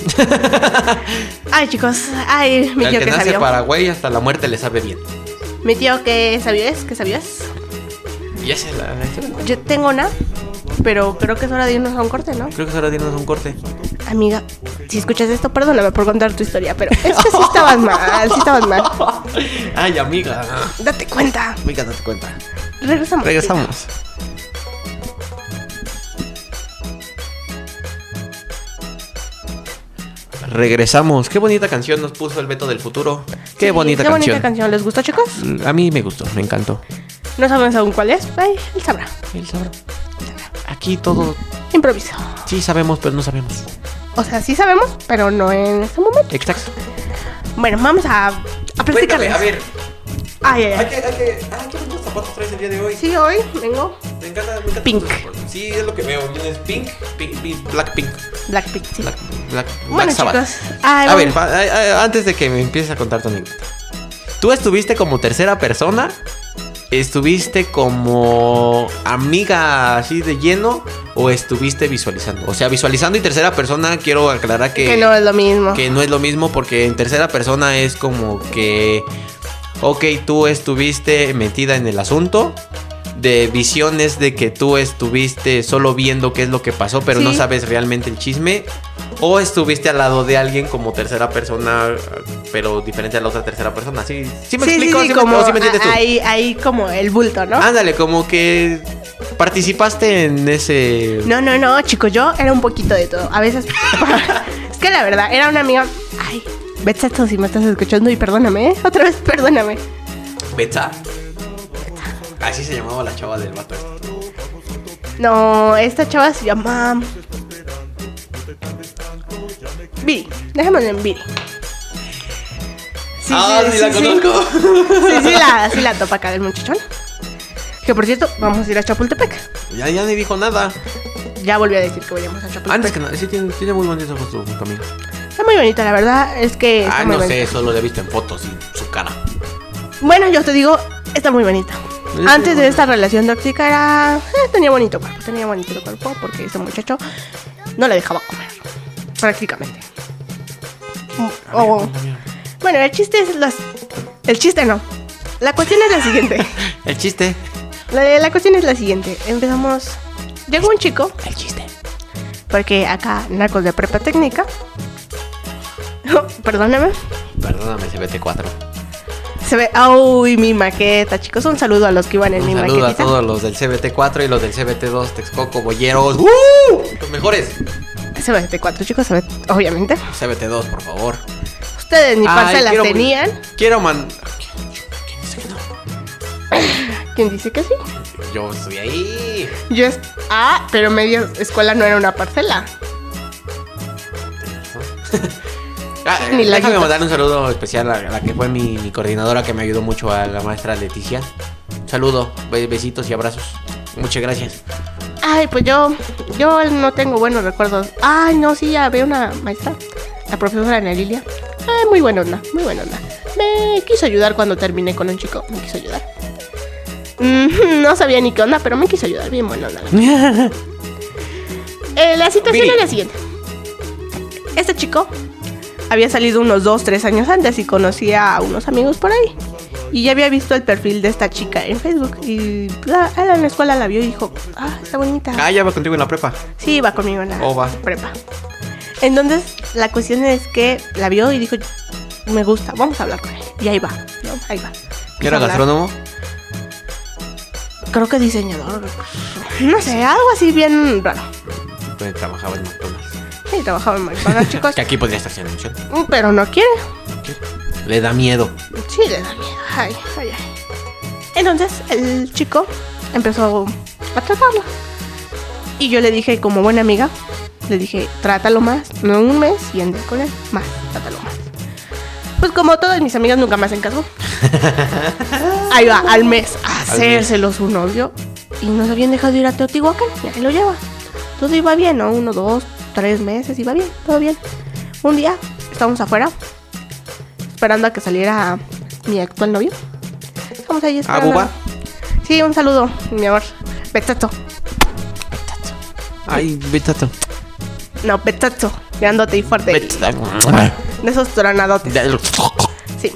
S4: Ay, chicos, ay, mi
S3: Al
S4: tío
S3: que
S4: que
S3: nace
S4: sabio.
S3: Paraguay hasta la muerte le sabe bien.
S4: Mi tío que sabio es, que sabio es.
S3: Y esa es la.
S4: Ah,
S3: esa es la-
S4: Yo tengo una, pero creo que es hora de irnos a un corte, ¿no?
S3: Creo que ahora tienes un corte.
S4: Amiga, si escuchas esto, perdóname por contar tu historia, pero es que sí estabas mal, sí estabas mal.
S3: Ay, amiga.
S4: Date cuenta.
S3: Amiga, date cuenta.
S4: Regresamos.
S3: Regresamos. Regresamos. Qué bonita canción nos puso el Beto del futuro. Qué
S4: Sí,
S3: bonita
S4: qué
S3: canción.
S4: bonita canción. ¿Les gustó, chicos?
S3: A mí me gustó, me encantó.
S4: No sabemos aún cuál es. Ay, él sabrá.
S3: Él sabrá. Aquí todo
S4: Improviso.
S3: sí sabemos, pero no sabemos.
S4: O sea, sí sabemos, pero no en este momento.
S3: Exacto.
S4: Bueno, vamos a, a platicarles.
S3: ver,
S4: Ay, ay, ay.
S3: que, hay que. Ah, qué bonitos zapatos traes el día de hoy.
S4: Sí, hoy vengo
S3: Me encanta, me encanta.
S4: Pink.
S3: tus- Sí, es lo que veo. Vienes pink, pink, pink, black pink.
S4: Blackpink. sí.
S3: Black, black,
S4: Bueno,
S3: black Sabbath.
S4: chicos, ay,
S3: a
S4: bueno.
S3: ver, pa- ay, ay, antes de que me empieces a contar tu anécdota. Tú estuviste como tercera persona, estuviste como amiga así de lleno o estuviste visualizando. O sea, visualizando y tercera persona, quiero aclarar que,
S4: que no es lo mismo.
S3: que no es lo mismo porque en tercera persona es como que, ok, tú estuviste metida en el asunto. De visiones de que tú estuviste solo viendo qué es lo que pasó, pero no
S4: Sí.
S3: sabes realmente el chisme. O estuviste al lado de alguien como tercera persona, pero diferente a la otra tercera persona. Sí, sí me
S4: sí,
S3: explico,
S4: sí,
S3: sí, me-
S4: como
S3: o sí me entiendes tú. Ah.
S4: a- ahí, ahí como el bulto, ¿no?
S3: Ándale, como que participaste en ese...
S4: No, no, no, chicos, yo era un poquito de todo. A veces. es que la verdad, era una amiga. Ay, Betsato, si me estás escuchando y perdóname, ¿eh? Otra vez, perdóname.
S3: Betsa. Así se llamaba la chava del vato. este.
S4: No, esta chava se llama. Viri. Dejémoslo en Viri. Sí,
S3: ah, sí, la conozco.
S4: Sí, sí, la, sí la topa acá del muchachón. Que por cierto, vamos a ir a Chapultepec.
S3: Ya, ya ni dijo nada.
S4: Ya volví a decir que vayamos a Chapultepec.
S3: Antes que nada, sí tiene, tiene muy bonitos ojos tu Camila.
S4: Está muy bonita, la verdad. Es que. está
S3: Ah,
S4: muy
S3: no
S4: bonita.
S3: sé, solo la he visto en fotos y su cara.
S4: Bueno, yo te digo, está muy bonita. Antes de esta relación tóxica era. eh, tenía bonito cuerpo, tenía bonito cuerpo porque este muchacho no la dejaba comer, prácticamente. O- o- Bueno, el chiste es las. El chiste no. La cuestión es la siguiente.
S3: El chiste.
S4: La, la cuestión es la siguiente. Empezamos. Llegó un chico. El chiste. Porque acá, narcos de prepa técnica. Perdóname.
S3: Perdóname, CBT4.
S4: Se ve. ¡Uy, mi maqueta, chicos! Un saludo a los que iban en mi
S3: Un saludo
S4: maquetita.
S3: a todos los del CBT4 y los del CBT2, Texcoco, Boyeros. ¡Uh! Los mejores.
S4: Se ve de cuatro chicos, se ve, obviamente.
S3: CBT2, por favor.
S4: Ustedes ni
S3: Ay,
S4: parcelas
S3: quiero-
S4: tenían.
S3: Quiero man. ¿Quién dice que no?
S4: ¿Quién dice que sí?
S3: Yo estoy ahí.
S4: Yo es. Ah, pero media escuela no era una parcela.
S3: Ah, eh,
S4: Ni la
S3: déjame
S4: quita.
S3: mandar un saludo especial a la que fue mi, mi coordinadora que me ayudó mucho, a la maestra Leticia. Un saludo, be- besitos y abrazos. Muchas gracias.
S4: Ay, pues yo. Yo no tengo buenos recuerdos. Ay, no, sí, ya veo una maestra. La profesora Ana Lilia. Ay, muy buena onda, muy buena onda. Me quiso ayudar cuando terminé con un chico. Me quiso ayudar. Mm, no sabía ni qué onda, pero me quiso ayudar. Bien buena onda. la Eh, la situación
S3: Viri.
S4: es la siguiente. Este chico había salido unos 2, 3 años antes y conocía a unos amigos por ahí. Y ya había visto el perfil de esta chica en Facebook. Y la, a la- en la escuela la vio y dijo, ah, está bonita.
S3: Ah, ya va contigo en la prepa.
S4: Sí, va conmigo en la
S3: Oh, va.
S4: prepa. Entonces, la cuestión es que la vio y dijo, me gusta, vamos a hablar con él. Y ahí va, ¿no? Ahí va.
S3: ¿Que
S4: Empieza a
S3: era
S4: hablar.
S3: gastrónomo?
S4: Creo que diseñador. No sé, algo así bien raro.
S3: Pues, Trabajaba en McDonald's.
S4: Sí, trabajaba en McDonald's, chicos.
S3: Que aquí podría estar haciendo mención.
S4: Pero no quiere.
S3: Le da miedo.
S4: Sí, le da miedo. Ay, ay, ay. Entonces el chico empezó a tratarlo. Y yo le dije, como buena amiga, le dije, trátalo más, no un mes y ande con él. Más, trátalo más. Pues como todas mis amigas nunca me hacen caso. Ahí va, al mes, a
S3: Al mes.
S4: hacérselo su novio. Y nos habían dejado ir a Teotihuacán, y ahí lo lleva. Todo iba bien, ¿no? Uno, dos, tres meses, iba bien, todo bien. Un día, estábamos afuera, esperando a que saliera mi actual novio. Estamos ahí
S3: Ah,
S4: esperando.
S3: boba.
S4: Sí, un saludo, mi amor. Petato.
S3: Ay, betato.
S4: No, petato. Grandote y fuerte. De esos tronadotes.
S3: Ay,
S4: Sí.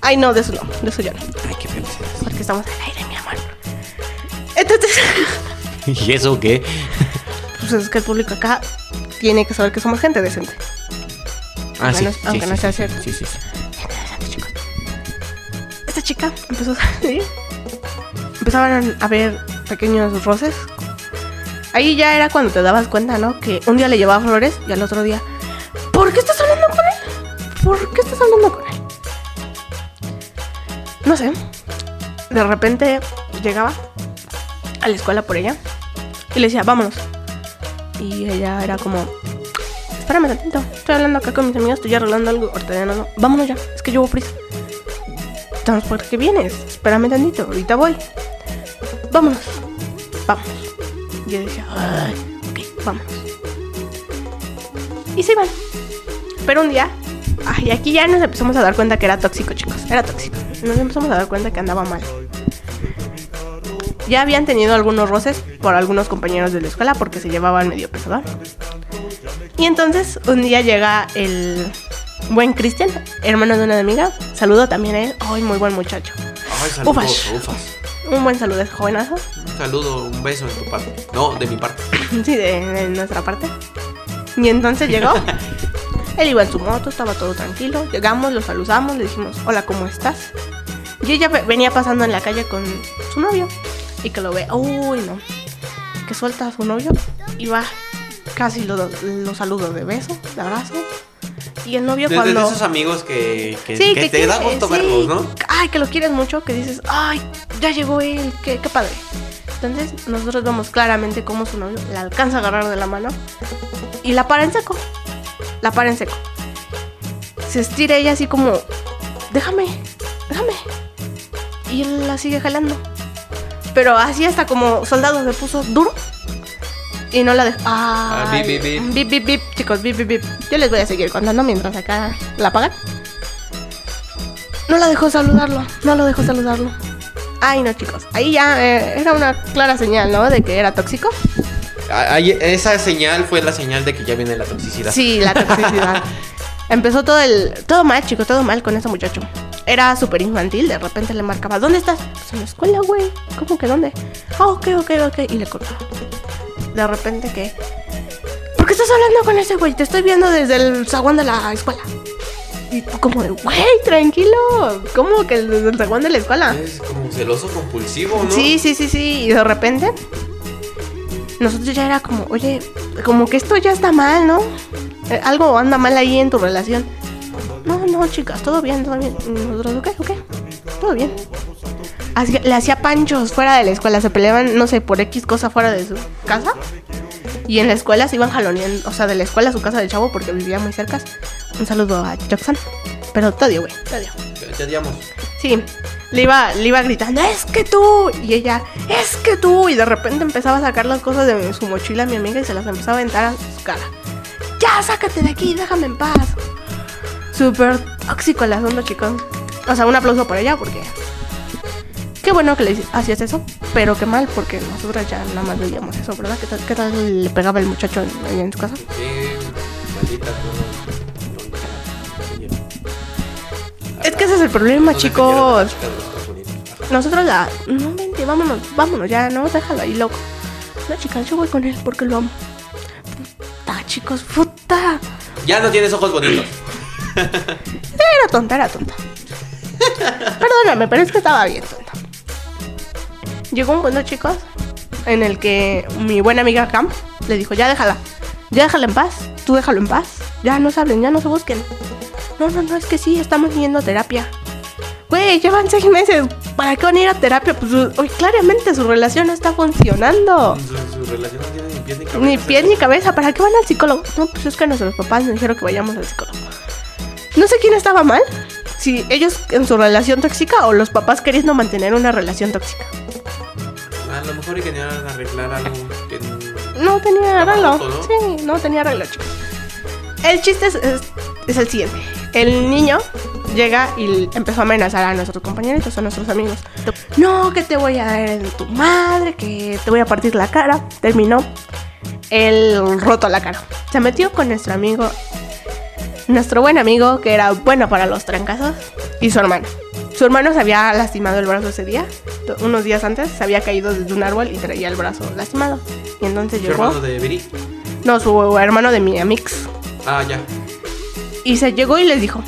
S4: Ay, no, de eso no. De eso yo no.
S3: qué feo que seas.
S4: Porque estamos al aire, mi amor. Entonces,
S3: ¿Y eso qué?
S4: pues es que el público acá tiene que saber que somos gente decente.
S3: Ah,
S4: Aunque
S3: sí,
S4: no-
S3: sí,
S4: aunque
S3: sí,
S4: no
S3: sí,
S4: sea
S3: sí,
S4: cierto.
S3: Sí, sí, sí.
S4: Esta chica empezó a salir. Empezaban a haber pequeños roces. Ahí ya era cuando te dabas cuenta, ¿no? Que un día le llevaba flores y al otro día, ¿por qué estás hablando con él? ¿Por qué estás hablando con él? No sé. De repente llegaba a la escuela por ella y le decía, vámonos. Y ella era como, espérame tantito, estoy hablando acá con mis amigos, estoy arreglando algo, ahorita ya no, no, vámonos ya, es que llevo prisa. Entonces, ¿por qué vienes? Espérame tantito, ahorita voy. Vámonos. Vamos. Yo decía, ay, ok, vámonos. Y se iban. Pero un día, ay, aquí ya nos empezamos a dar cuenta que era tóxico, chicos. Era tóxico. Nos empezamos a dar cuenta que andaba mal. Ya habían tenido algunos roces por algunos compañeros de la escuela porque se llevaban medio pesado. Y entonces un día llega el buen Cristian, hermano de una amiga. Saludo también a él. Ay, muy buen muchacho.
S3: Ay, saludos,
S4: Ufas.
S3: ufas.
S4: Un buen saludo, es jovenazo.
S3: Un saludo, un beso de tu parte. No, de mi parte.
S4: Sí, de, de nuestra parte. Y entonces llegó. Él iba en su moto, estaba todo tranquilo. Llegamos, lo saludamos, le dijimos, hola, ¿cómo estás? Y ella ve- venía pasando en la calle con su novio. Y que lo ve, uy, no. Que suelta a su novio y va casi lo, lo saludo de beso, de abrazo. Y el novio
S3: Desde
S4: cuando...
S3: esos amigos que, que,
S4: Sí,
S3: que
S4: que
S3: te
S4: quiere-
S3: da gusto
S4: sí.
S3: verlos, ¿no?
S4: ay, que lo quieres mucho, que dices, ay, ya llegó él, qué, qué padre. Entonces, nosotros vemos claramente cómo su novio la alcanza a agarrar de la mano y la para en seco. La para en seco. Se estira ella así como, déjame, déjame. Y él la sigue jalando. Pero así hasta como soldado le puso duro y no la dejó.
S3: Ah, bip, bip, bip.
S4: Bip, bip, bip, chicos, bip, bip, bip. Yo les voy a seguir contando mientras acá la apagan. No la dejó saludarlo, no lo dejó saludarlo. Ay, no, chicos. Ahí ya eh, era una clara señal, ¿no? De que era tóxico.
S3: Ah, ahí- esa señal fue la señal de que ya viene la toxicidad.
S4: Sí, la toxicidad. Empezó todo el. Todo mal, chicos, todo mal con ese muchacho. Era súper infantil, de repente le marcaba, ¿dónde estás? Pues en la escuela, güey. ¿Cómo que dónde? Ah, ok, ok, ok. Y le cortaba. De repente que. ¿Por qué estás hablando con ese güey? Te estoy viendo desde el zaguán de la escuela. Y tú como de, güey, tranquilo. ¿Cómo que desde el zaguán de la escuela?
S3: Es como celoso compulsivo, ¿no?
S4: Sí, sí, sí, sí. Y de repente, nosotros ya era como, oye, como que esto ya está mal, ¿no? Eh, algo anda mal ahí en tu relación. No, no, chicas, todo bien, todo bien. Y Nosotros, ok, ok, todo bien. Hacía- le hacía panchos fuera de la escuela, se peleaban, no sé, por X cosa fuera de su casa. Y en la escuela se iban jaloneando, o sea, de la escuela a su casa del chavo porque vivía muy cerca. Un saludo a Jackson. Pero te odio, güey, te odio.
S3: Ya, ya digamos.
S4: Sí, le iba, le iba gritando, es que tú. Y ella, es que tú. Y de repente empezaba a sacar las cosas de su mochila a mi amiga y se las empezaba a aventar a su cara. Ya, sácate de aquí, déjame en paz. Súper tóxico el asunto, chicos. O sea, un aplauso para ella porque... Qué bueno que le hici- hacías eso, pero qué mal porque nosotras ya nada más veíamos eso, ¿verdad? ¿Qué tal, qué tal le pegaba el muchacho en- allá en su casa?
S3: Eh, maldita, no, no.
S4: Es que ese es el problema,
S3: No
S4: chicos.
S3: defendieron a las chicas de los Estados Unidos. Ajá.
S4: Nosotros la. No, vente, vámonos, vámonos ya, no, déjalo ahí, loco. No, chicas, yo voy con él porque lo amo. Puta, chicos, puta.
S3: Ya no tienes ojos bonitos.
S4: Era tonta, era tonta. Perdóname, pero es que estaba bien tonta. Llegó un punto, chicos, en el que mi buena amiga Cam le dijo, ya déjala, ya déjala en paz, tú déjalo en paz, ya no se hablen, ya no se busquen. No, no, no, es que sí, estamos yendo a terapia. Güey, llevan seis meses, ¿para qué van a ir a terapia? Pues su- uy, claramente su relación no está funcionando.
S3: Su, su relación no tiene ni pies ni cabeza.
S4: Oh. Ni pies ni cabeza, ¿para qué van al psicólogo? No, pues es que nuestros papás nos dijeron que vayamos al psicólogo. No sé quién estaba mal, si ellos en su relación tóxica o los papás queriendo mantener una relación tóxica.
S3: A lo mejor querían arreglar algo que no-
S4: No tenía
S3: Estaba
S4: arreglo.
S3: roto,
S4: Sí, no tenía arreglo, chicos. El chiste es, es- es el siguiente. El niño llega y empezó a amenazar a nuestros compañeritos, a nuestros amigos. No, que te voy a dar en tu madre, que te voy a partir la cara. Terminó el roto la cara. Se metió con nuestro amigo, nuestro buen amigo, que era bueno para los trancazos, y su hermano. Su hermano se había lastimado el brazo ese día. t- Unos días antes se había caído desde un árbol y traía el brazo lastimado. Y entonces
S3: ¿Su
S4: llegó.
S3: hermano de Viri?
S4: No, su hermano de mi amix.
S3: Ah, ya.
S4: Y se llegó y les dijo,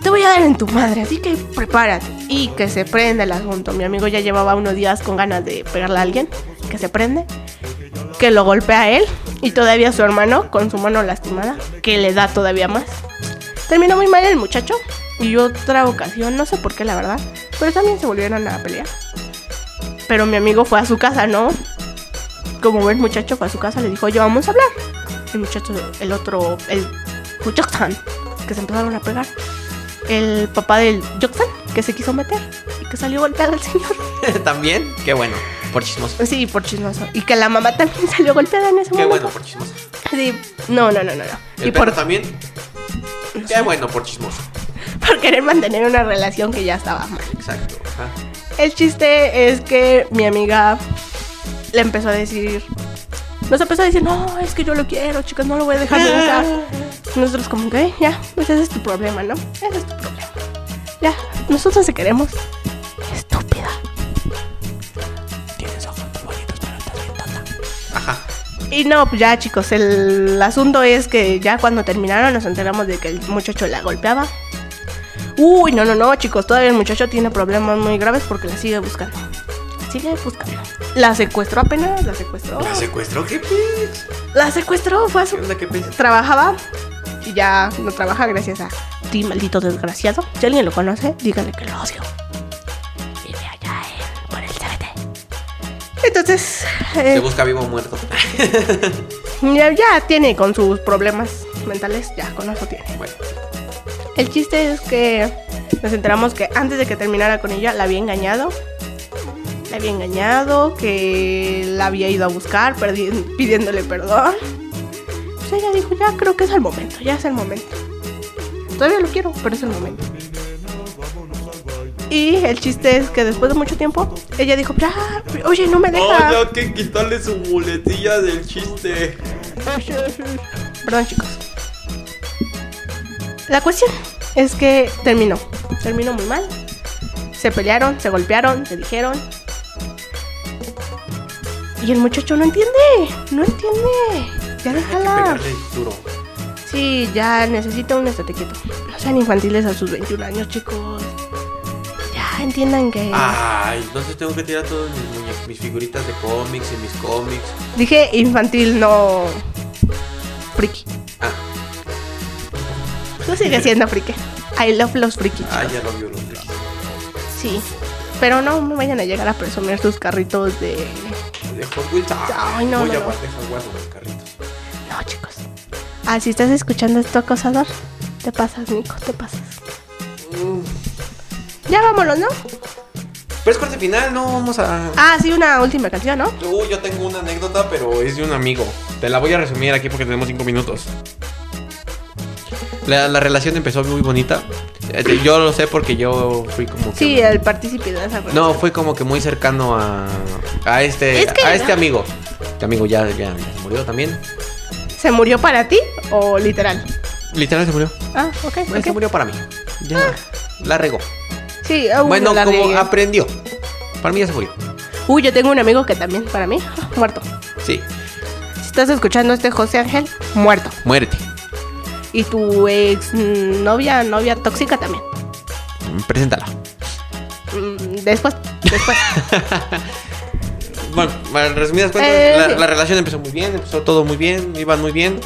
S4: te voy a dar en tu madre, así que prepárate. Y que se prenda el asunto. Mi amigo ya llevaba unos días con ganas de pegarle a alguien, que se prende, que lo golpea a él y todavía su hermano con su mano lastimada, que le da todavía más. Terminó muy mal el muchacho y otra ocasión, no sé por qué la verdad, pero también se volvieron a pelear. Pero mi amigo fue a su casa, ¿no? Como buen muchacho fue a su casa, le dijo, yo vamos a hablar. El muchacho, el otro, el Joksan, que se empezaron a pegar. El papá del Joksan, que se quiso meter y que salió golpeado al señor.
S3: ¿También? Qué bueno. Por chismoso.
S4: Sí, por chismoso. Y que la mamá también salió golpeada en ese
S3: Qué
S4: momento.
S3: bueno por chismoso.
S4: Sí, no, no, no, no. no.
S3: ¿El
S4: Y
S3: perro
S4: por,
S3: también? Qué bueno por chismoso.
S4: por querer mantener una relación que ya estaba mal.
S3: Exacto. Ajá.
S4: El chiste es que mi amiga le empezó a decir. Nos empezó a decir, no, es que yo lo quiero, chicas, no lo voy a dejar nunca. Nosotros, como que, ya, pues ese es tu problema, ¿no? Ese es tu problema. Ya, nosotros te queremos. Estúpida.
S3: Ajá.
S4: Y no, pues ya chicos, el asunto es que ya cuando terminaron nos enteramos de que el muchacho la golpeaba. Uy, no, no, no, chicos, todavía el muchacho tiene problemas muy graves porque la sigue buscando. Sigue buscando. La secuestró apenas, la secuestró.
S3: ¿La secuestró? ¿Qué pez?
S4: La secuestró, fue a
S3: ¿Qué
S4: su...
S3: onda? ¿Qué pez?
S4: Trabajaba y ya no trabaja gracias a ti, maldito desgraciado. Si alguien lo conoce, dígale que lo odio. Entonces,
S3: Te
S4: eh,
S3: busca vivo o muerto.
S4: ya, ya tiene con sus problemas mentales, ya con eso tiene.
S3: Bueno,
S4: El chiste es que nos enteramos que antes de que terminara con ella la había engañado. La había engañado, que la había ido a buscar perdi- pidiéndole perdón. Pues ella dijo, ya creo que es el momento, ya es el momento. Todavía lo quiero, pero es el momento. Y el chiste es que después de mucho tiempo, ella dijo, ya, oye, no me dejas.
S3: Oh, que quitarle su muletilla del chiste.
S4: Perdón, chicos. La cuestión es que terminó. Terminó muy mal. Se pelearon, se golpearon, se dijeron. Y el muchacho no entiende. No entiende. Ya déjala.
S3: Pegarle duro.
S4: Sí, ya necesita un estate quieto. No sean infantiles a sus 21 años, chicos. Ya entiendan que.
S3: Ay, entonces tengo que tirar todas mis, muñe- mis figuritas de cómics y mis cómics.
S4: Dije infantil, no. Friki.
S3: Ah,
S4: Tú sigues siendo friki. I love los friki.
S3: ah ya lo vio. lo vio.
S4: Sí, pero no me vayan a llegar a presumir sus carritos de...
S3: De Hot Wheels.
S4: Ay, no,
S3: Voy
S4: no,
S3: a
S4: no.
S3: guardar esas guardas los carritos.
S4: No, chicos. Ah, si estás escuchando esto, acosador, te pasas, Nico, te pasas. Ya vámonos, ¿no?
S3: Pero es corte final, no vamos a.
S4: Ah, sí, una última canción, ¿no?
S3: Uy, yo tengo una anécdota, pero es de un amigo. Te la voy a resumir aquí porque tenemos cinco minutos. La, la relación empezó muy bonita. Eh, Yo lo sé porque yo fui como que.
S4: Sí, eh. el partícipe de esa
S3: No, fue como que muy cercano a, a este
S4: Es que-
S3: a este amigo. Este amigo ya, ya, ya se murió también.
S4: ¿Se murió para ti o literal?
S3: Literal se murió.
S4: Ah, ok,
S3: Bueno,
S4: ok.
S3: Se murió para mí. Ya. La regó.
S4: Sí, aún
S3: Bueno,
S4: no Ah, la
S3: como
S4: riegues.
S3: aprendió. Para mí ya se murió.
S4: Uy, yo tengo un amigo que también, para mí, muerto.
S3: Sí.
S4: Si estás escuchando este José Ángel, muerto.
S3: Muérete.
S4: Y tu ex mm, novia, novia tóxica también.
S3: Mm, Preséntala.
S4: Mm, Después, después.
S3: Bueno, para resumidas cuentas,
S4: Eh,
S3: la,
S4: sí.
S3: la relación empezó muy bien, empezó todo muy bien, iban muy bien.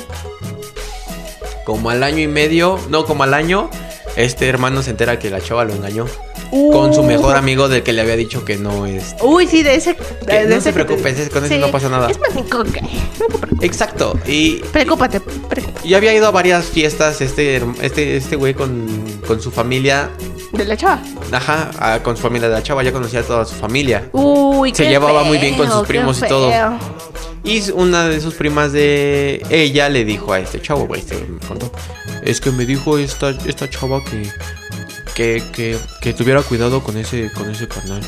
S3: Como al año y medio, no, como al año, este hermano se entera que la chava lo engañó con su
S4: Uh.
S3: mejor amigo del que le había dicho que no es.
S4: Uy, sí, de ese. de- de
S3: no
S4: ese
S3: se
S4: que te-
S3: preocupes, es- con ese no pasa nada.
S4: Es más rico que- no te preocupes.
S3: Exacto, y,
S4: Preocúpate, preocúpate.
S3: y había ido a varias fiestas este her- este este güey con, con su familia,
S4: De la chava.
S3: ajá, ah, con su familia de la chava, ya conocía a toda su familia.
S4: Uy,
S3: Se
S4: qué
S3: llevaba muy bien con
S4: feo,
S3: sus primos
S4: qué
S3: y todo.
S4: feo.
S3: Y una de sus primas de ella le dijo a este chavo, güey, este me contó. Es que me dijo esta, esta chava que, que, que, que tuviera cuidado con ese, con ese carnal.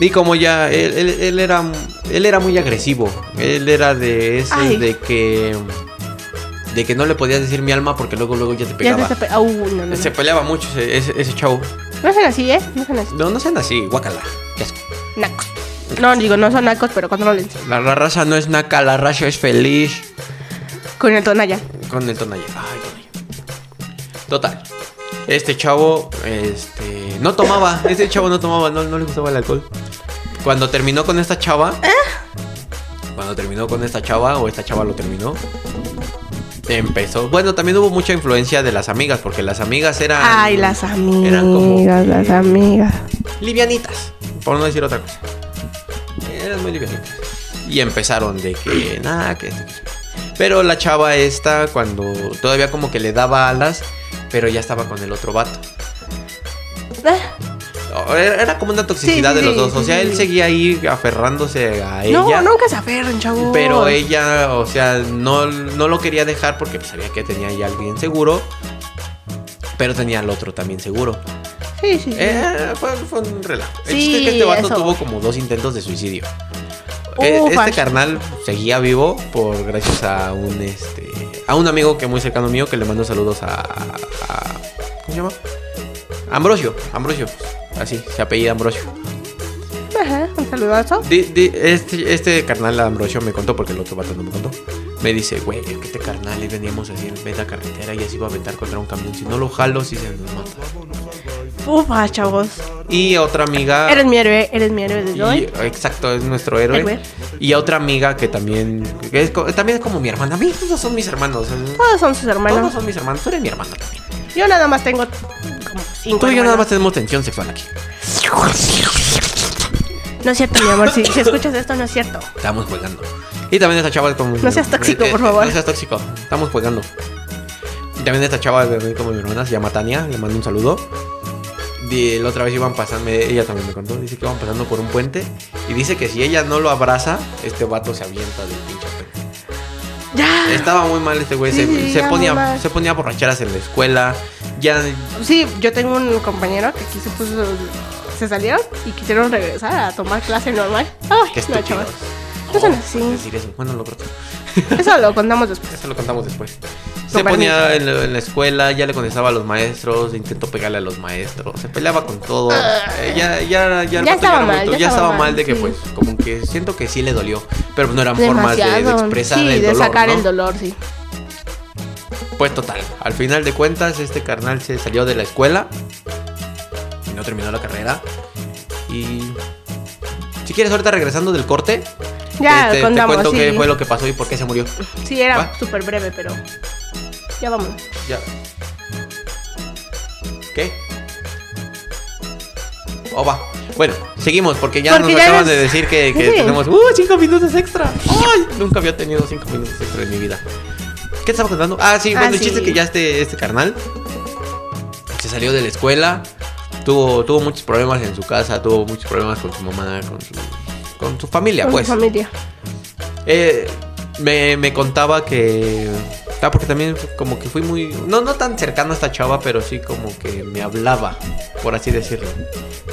S3: Y como ya, él, él, él era, él era muy agresivo. Él era de ese
S4: Ay.
S3: de que, de que no le podías decir mi alma porque luego, luego ya te
S4: Ya
S3: pegaba.
S4: se está. Uy, no, no, no.
S3: Se peleaba mucho ese, ese, ese chavo.
S4: No son así, ¿eh? No son así.
S3: No, no sean así, guácala. Qué asco.
S4: Nacos. No, digo, no son nacos, pero controlense.
S3: La, la raza no es naca, la raza es feliz.
S4: Con el tonalla.
S3: Con el Tonaya. Ay, Tonaya. Total. Este chavo, este. No tomaba. Este chavo no tomaba, no, no le gustaba el alcohol. Cuando terminó con esta chava. Cuando terminó con esta chava, o esta chava lo terminó. Empezó. Bueno, también hubo mucha influencia de las amigas, porque las amigas eran.
S4: Ay, las amigas.
S3: Ah, Eran como.
S4: Las amigas.
S3: Livianitas. Por no decir otra cosa. Eran muy livianitas. Y empezaron de que nada, que esto, que eso. Pero la chava esta, cuando todavía como que le daba alas, pero ya estaba con el otro vato. Oh,
S4: Ah,
S3: Era era como una toxicidad
S4: Sí, sí,
S3: de los
S4: sí,
S3: dos. O
S4: sí,
S3: sea,
S4: sí.
S3: él seguía ahí aferrándose a ella.
S4: No, nunca se aferren, chavos.
S3: Pero ella, o sea, no, no lo quería dejar porque pues, sabía que tenía ya alguien seguro. Pero tenía al otro también seguro.
S4: Sí, sí. sí.
S3: Eh, fue, fue un relajo. El
S4: Sí,
S3: chiste es que este vato
S4: eso.
S3: tuvo como dos intentos de suicidio. Eh,
S4: Ufa.
S3: este carnal seguía vivo por gracias a un este a un amigo que es muy cercano mío que le mando saludos a, a- ¿cómo se llama? Ambrosio, Ambrosio. pues, Así, se apellida Ambrosio.
S4: Ajá, un saludazo.
S3: Di- di- este, este carnal Ambrosio me contó porque el otro vato no me contó. Me dice, güey, es que este carnal y veníamos así en media carretera y así iba a aventar contra un camión. Si no lo jalo, sí se nos mata.
S4: Ufa, chavos.
S3: Y otra amiga.
S4: Eres mi héroe, eres mi héroe
S3: Ah. Y-
S4: desde hoy.
S3: exacto, es nuestro héroe.
S4: Héroe.
S3: Y a otra amiga que también que es, co- también es como mi hermana. A mí todos son mis
S4: Ah,
S3: hermanos. o sea,
S4: Todos son sus hermanos.
S3: Todos son mis hermanos. Tú eres mi hermana también.
S4: Yo nada más tengo como cinco.
S3: Tú y yo nada más
S4: hermanos.
S3: tenemos tensión sexual aquí.
S4: No es cierto, mi amor. Si, si escuchas esto, no es cierto.
S3: Estamos jugando. Y también esta chava como. Eh,
S4: No seas tóxico, por favor.
S3: No seas tóxico. Estamos jugando. Y también esta chava eh, como mi hermana se llama Tania. Le mando un saludo. Y la otra vez iban pasando. Ella también me contó. Dice que iban pasando por un puente. Y dice que si ella no lo abraza, este vato se avienta del pinche puente.
S4: Ya.
S3: Estaba muy mal este güey.
S4: Sí,
S3: se-
S4: sí,
S3: se,
S4: ya,
S3: ponía,
S4: mamá.
S3: se ponía borracheras en la escuela. Ya.
S4: Sí, yo tengo un compañero que aquí se puso. Se salieron y quisieron regresar a tomar clase normal. Ay,
S3: Qué
S4: no,
S3: estúpidos.
S4: chaval.
S3: No,
S4: No son
S3: puedes
S4: así.
S3: decir eso. Bueno, lo corto.
S4: Eso lo contamos después.
S3: Eso lo contamos después. Se
S4: Compañía.
S3: ponía en la, en la escuela, ya le contestaba a los maestros, intentó pegarle a los maestros, se peleaba con todo. Eh, ya, ya, ya, el
S4: Ya
S3: vato
S4: estaba
S3: era
S4: mal,
S3: adulto,
S4: ya estaba
S3: ya estaba mal
S4: mal,
S3: de que
S4: sí.
S3: pues como que siento que sí le dolió, pero no eran formas de, de expresar
S4: sí,
S3: el
S4: de
S3: dolor,
S4: sacar
S3: ¿no?
S4: el dolor, sí.
S3: Pues total, al final de cuentas este carnal se salió de la escuela, no terminó la carrera y si quieres ahorita regresando del corte,
S4: Ya
S3: te, te- te
S4: contamos.
S3: cuento
S4: sí.
S3: qué fue lo que pasó y por qué se murió.
S4: Sí, era
S3: ¿Va?
S4: súper breve, pero. Ya vamos.
S3: Ya. ¿Qué? Oh, va. Bueno, seguimos porque ya
S4: Porque
S3: nos
S4: ya
S3: acaban
S4: nos-
S3: de decir que, que
S4: Sí.
S3: tenemos ¡Uh! Cinco minutos extra. ¡Ay! Nunca había tenido cinco minutos extra en mi vida. ¿Qué te estaba contando? Ah, sí,
S4: Ah,
S3: bueno, el
S4: sí.
S3: chiste es que ya este, este carnal se salió de la escuela, tuvo, tuvo muchos problemas en su casa, tuvo muchos problemas con su mamá, con su, con su familia,
S4: Con
S3: pues.
S4: su familia.
S3: Eh, me, me contaba que. Ah, porque también como que fui muy. No, no tan cercano a esta chava, pero sí como que me hablaba, por así decirlo.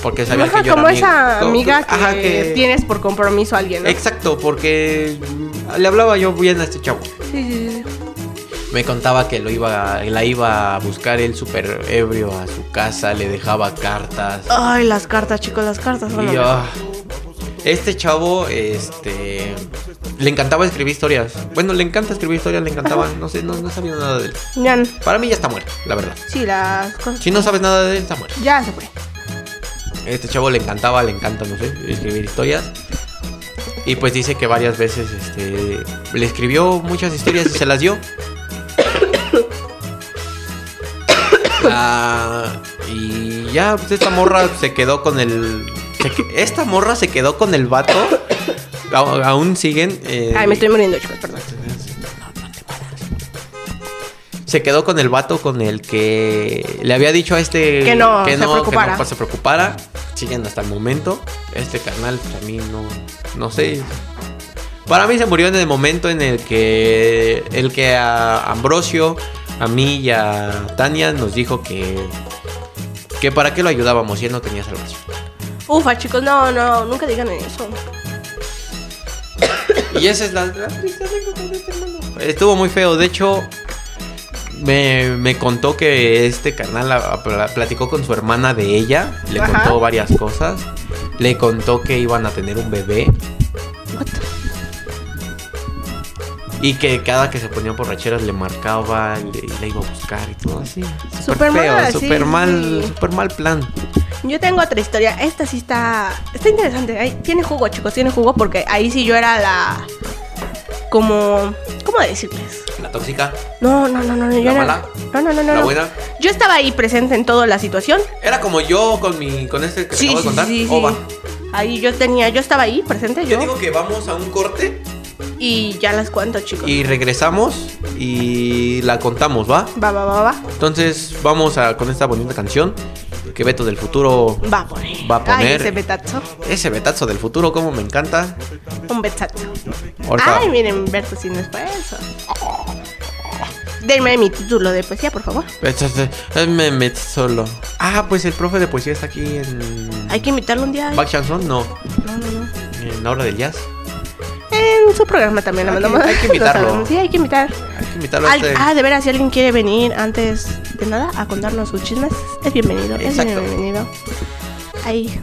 S3: Porque sabía
S4: Ajá,
S3: que yo
S4: como
S3: era
S4: esa
S3: como-
S4: amiga que,
S3: ajá, que-
S4: tienes por compromiso a alguien, ¿no?
S3: Exacto, porque mm, le hablaba yo bien a este chavo.
S4: Sí, sí, sí.
S3: Me contaba que lo iba, la iba a buscar él súper ebrio a su casa, le dejaba cartas.
S4: Ay, las cartas, chicos, las cartas. son lo
S3: Y,
S4: mejor.
S3: ah, este chavo, este. Le encantaba escribir historias. Bueno, le encanta escribir historias, le encantaba. No sé, no, no sabía nada de él.
S4: Ya no.
S3: Para mí ya está muerto, la verdad.
S4: Sí, las cosas.
S3: Si no sabes nada de él, está muerto.
S4: Ya se fue.
S3: Este chavo le encantaba, le encanta, no sé, escribir historias. Y pues dice que varias veces este, le escribió muchas historias y se las dio. Ah, y ya, pues esta morra se quedó con el. se que- esta morra se quedó con el vato. A- aún siguen. eh,
S4: Ay, me estoy muriendo, chicos, perdón.
S3: se quedó con el vato con el que le había dicho a este
S4: Que no se preocupara.
S3: que no se preocupara. Siguen hasta el momento. Este canal a mí no no sé. Para mí se murió en el momento en el que el que a Ambrosio, a mí y a Tania nos dijo que que para qué lo ayudábamos si él no tenía salvación.
S4: Ufa, chicos, no, no, nunca digan eso.
S3: Y esa es la, la triste anécdota de este hermano. Estuvo muy feo. De hecho, me, me contó que este carnal la- la- platicó con su hermana de ella. Le
S4: Ajá.
S3: contó varias cosas. Le contó que iban a tener un bebé. Y que cada que se ponían borracheras le marcaba y le, y la iba a buscar y todo así. Súper
S4: Súper
S3: feo,
S4: mal, sí,
S3: súper mal,
S4: sí.
S3: súper mal plan.
S4: Yo tengo otra historia. Esta sí está. Está interesante. Ay, tiene jugo, chicos, tiene jugo porque ahí sí yo era la. Como. ¿Cómo decirles?
S3: La tóxica
S4: No, no, no, no, no. Yo
S3: ¿La
S4: era-
S3: mala?
S4: No, no, no, no.
S3: ¿La
S4: no.
S3: buena?
S4: Yo estaba ahí presente en toda la situación.
S3: era como yo con mi con este que te
S4: Sí,
S3: acabo de
S4: sí,
S3: contar.
S4: sí, sí.
S3: o va.
S4: Ahí yo tenía, yo estaba ahí presente,
S3: Yo
S4: yo.
S3: digo que vamos a un corte
S4: Y ya las cuento, chicos.
S3: y regresamos y la contamos, ¿va?
S4: Va, va, va, va.
S3: Entonces vamos a, con esta bonita canción que Beto del futuro...
S4: Va a poner.
S3: Va a
S4: Ay,
S3: poner-
S4: ese betazo.
S3: Ese Betazo del futuro, como me encanta.
S4: Un betazo.
S3: Ahorita-
S4: Ay, miren, Berto, si no es para eso. Denme mi título de poesía, por favor.
S3: Betazo- eh, me metí solo. Ah, pues el profe de poesía está aquí en...
S4: Hay que invitarlo un día.
S3: Back Chanson, no.
S4: No, no, no.
S3: En la hora del jazz.
S4: En su programa también la
S3: Hay que-
S4: mandamos.
S3: hay que
S4: Lo
S3: invitarlo.
S4: sabemos. Sí, hay que invitar.
S3: Hay que invitarlo a
S4: Al-
S3: este...
S4: ah, de veras, si alguien quiere venir antes de nada a contarnos sus chismes, es bienvenido.
S3: Exacto.
S4: Es bienvenido. Ahí.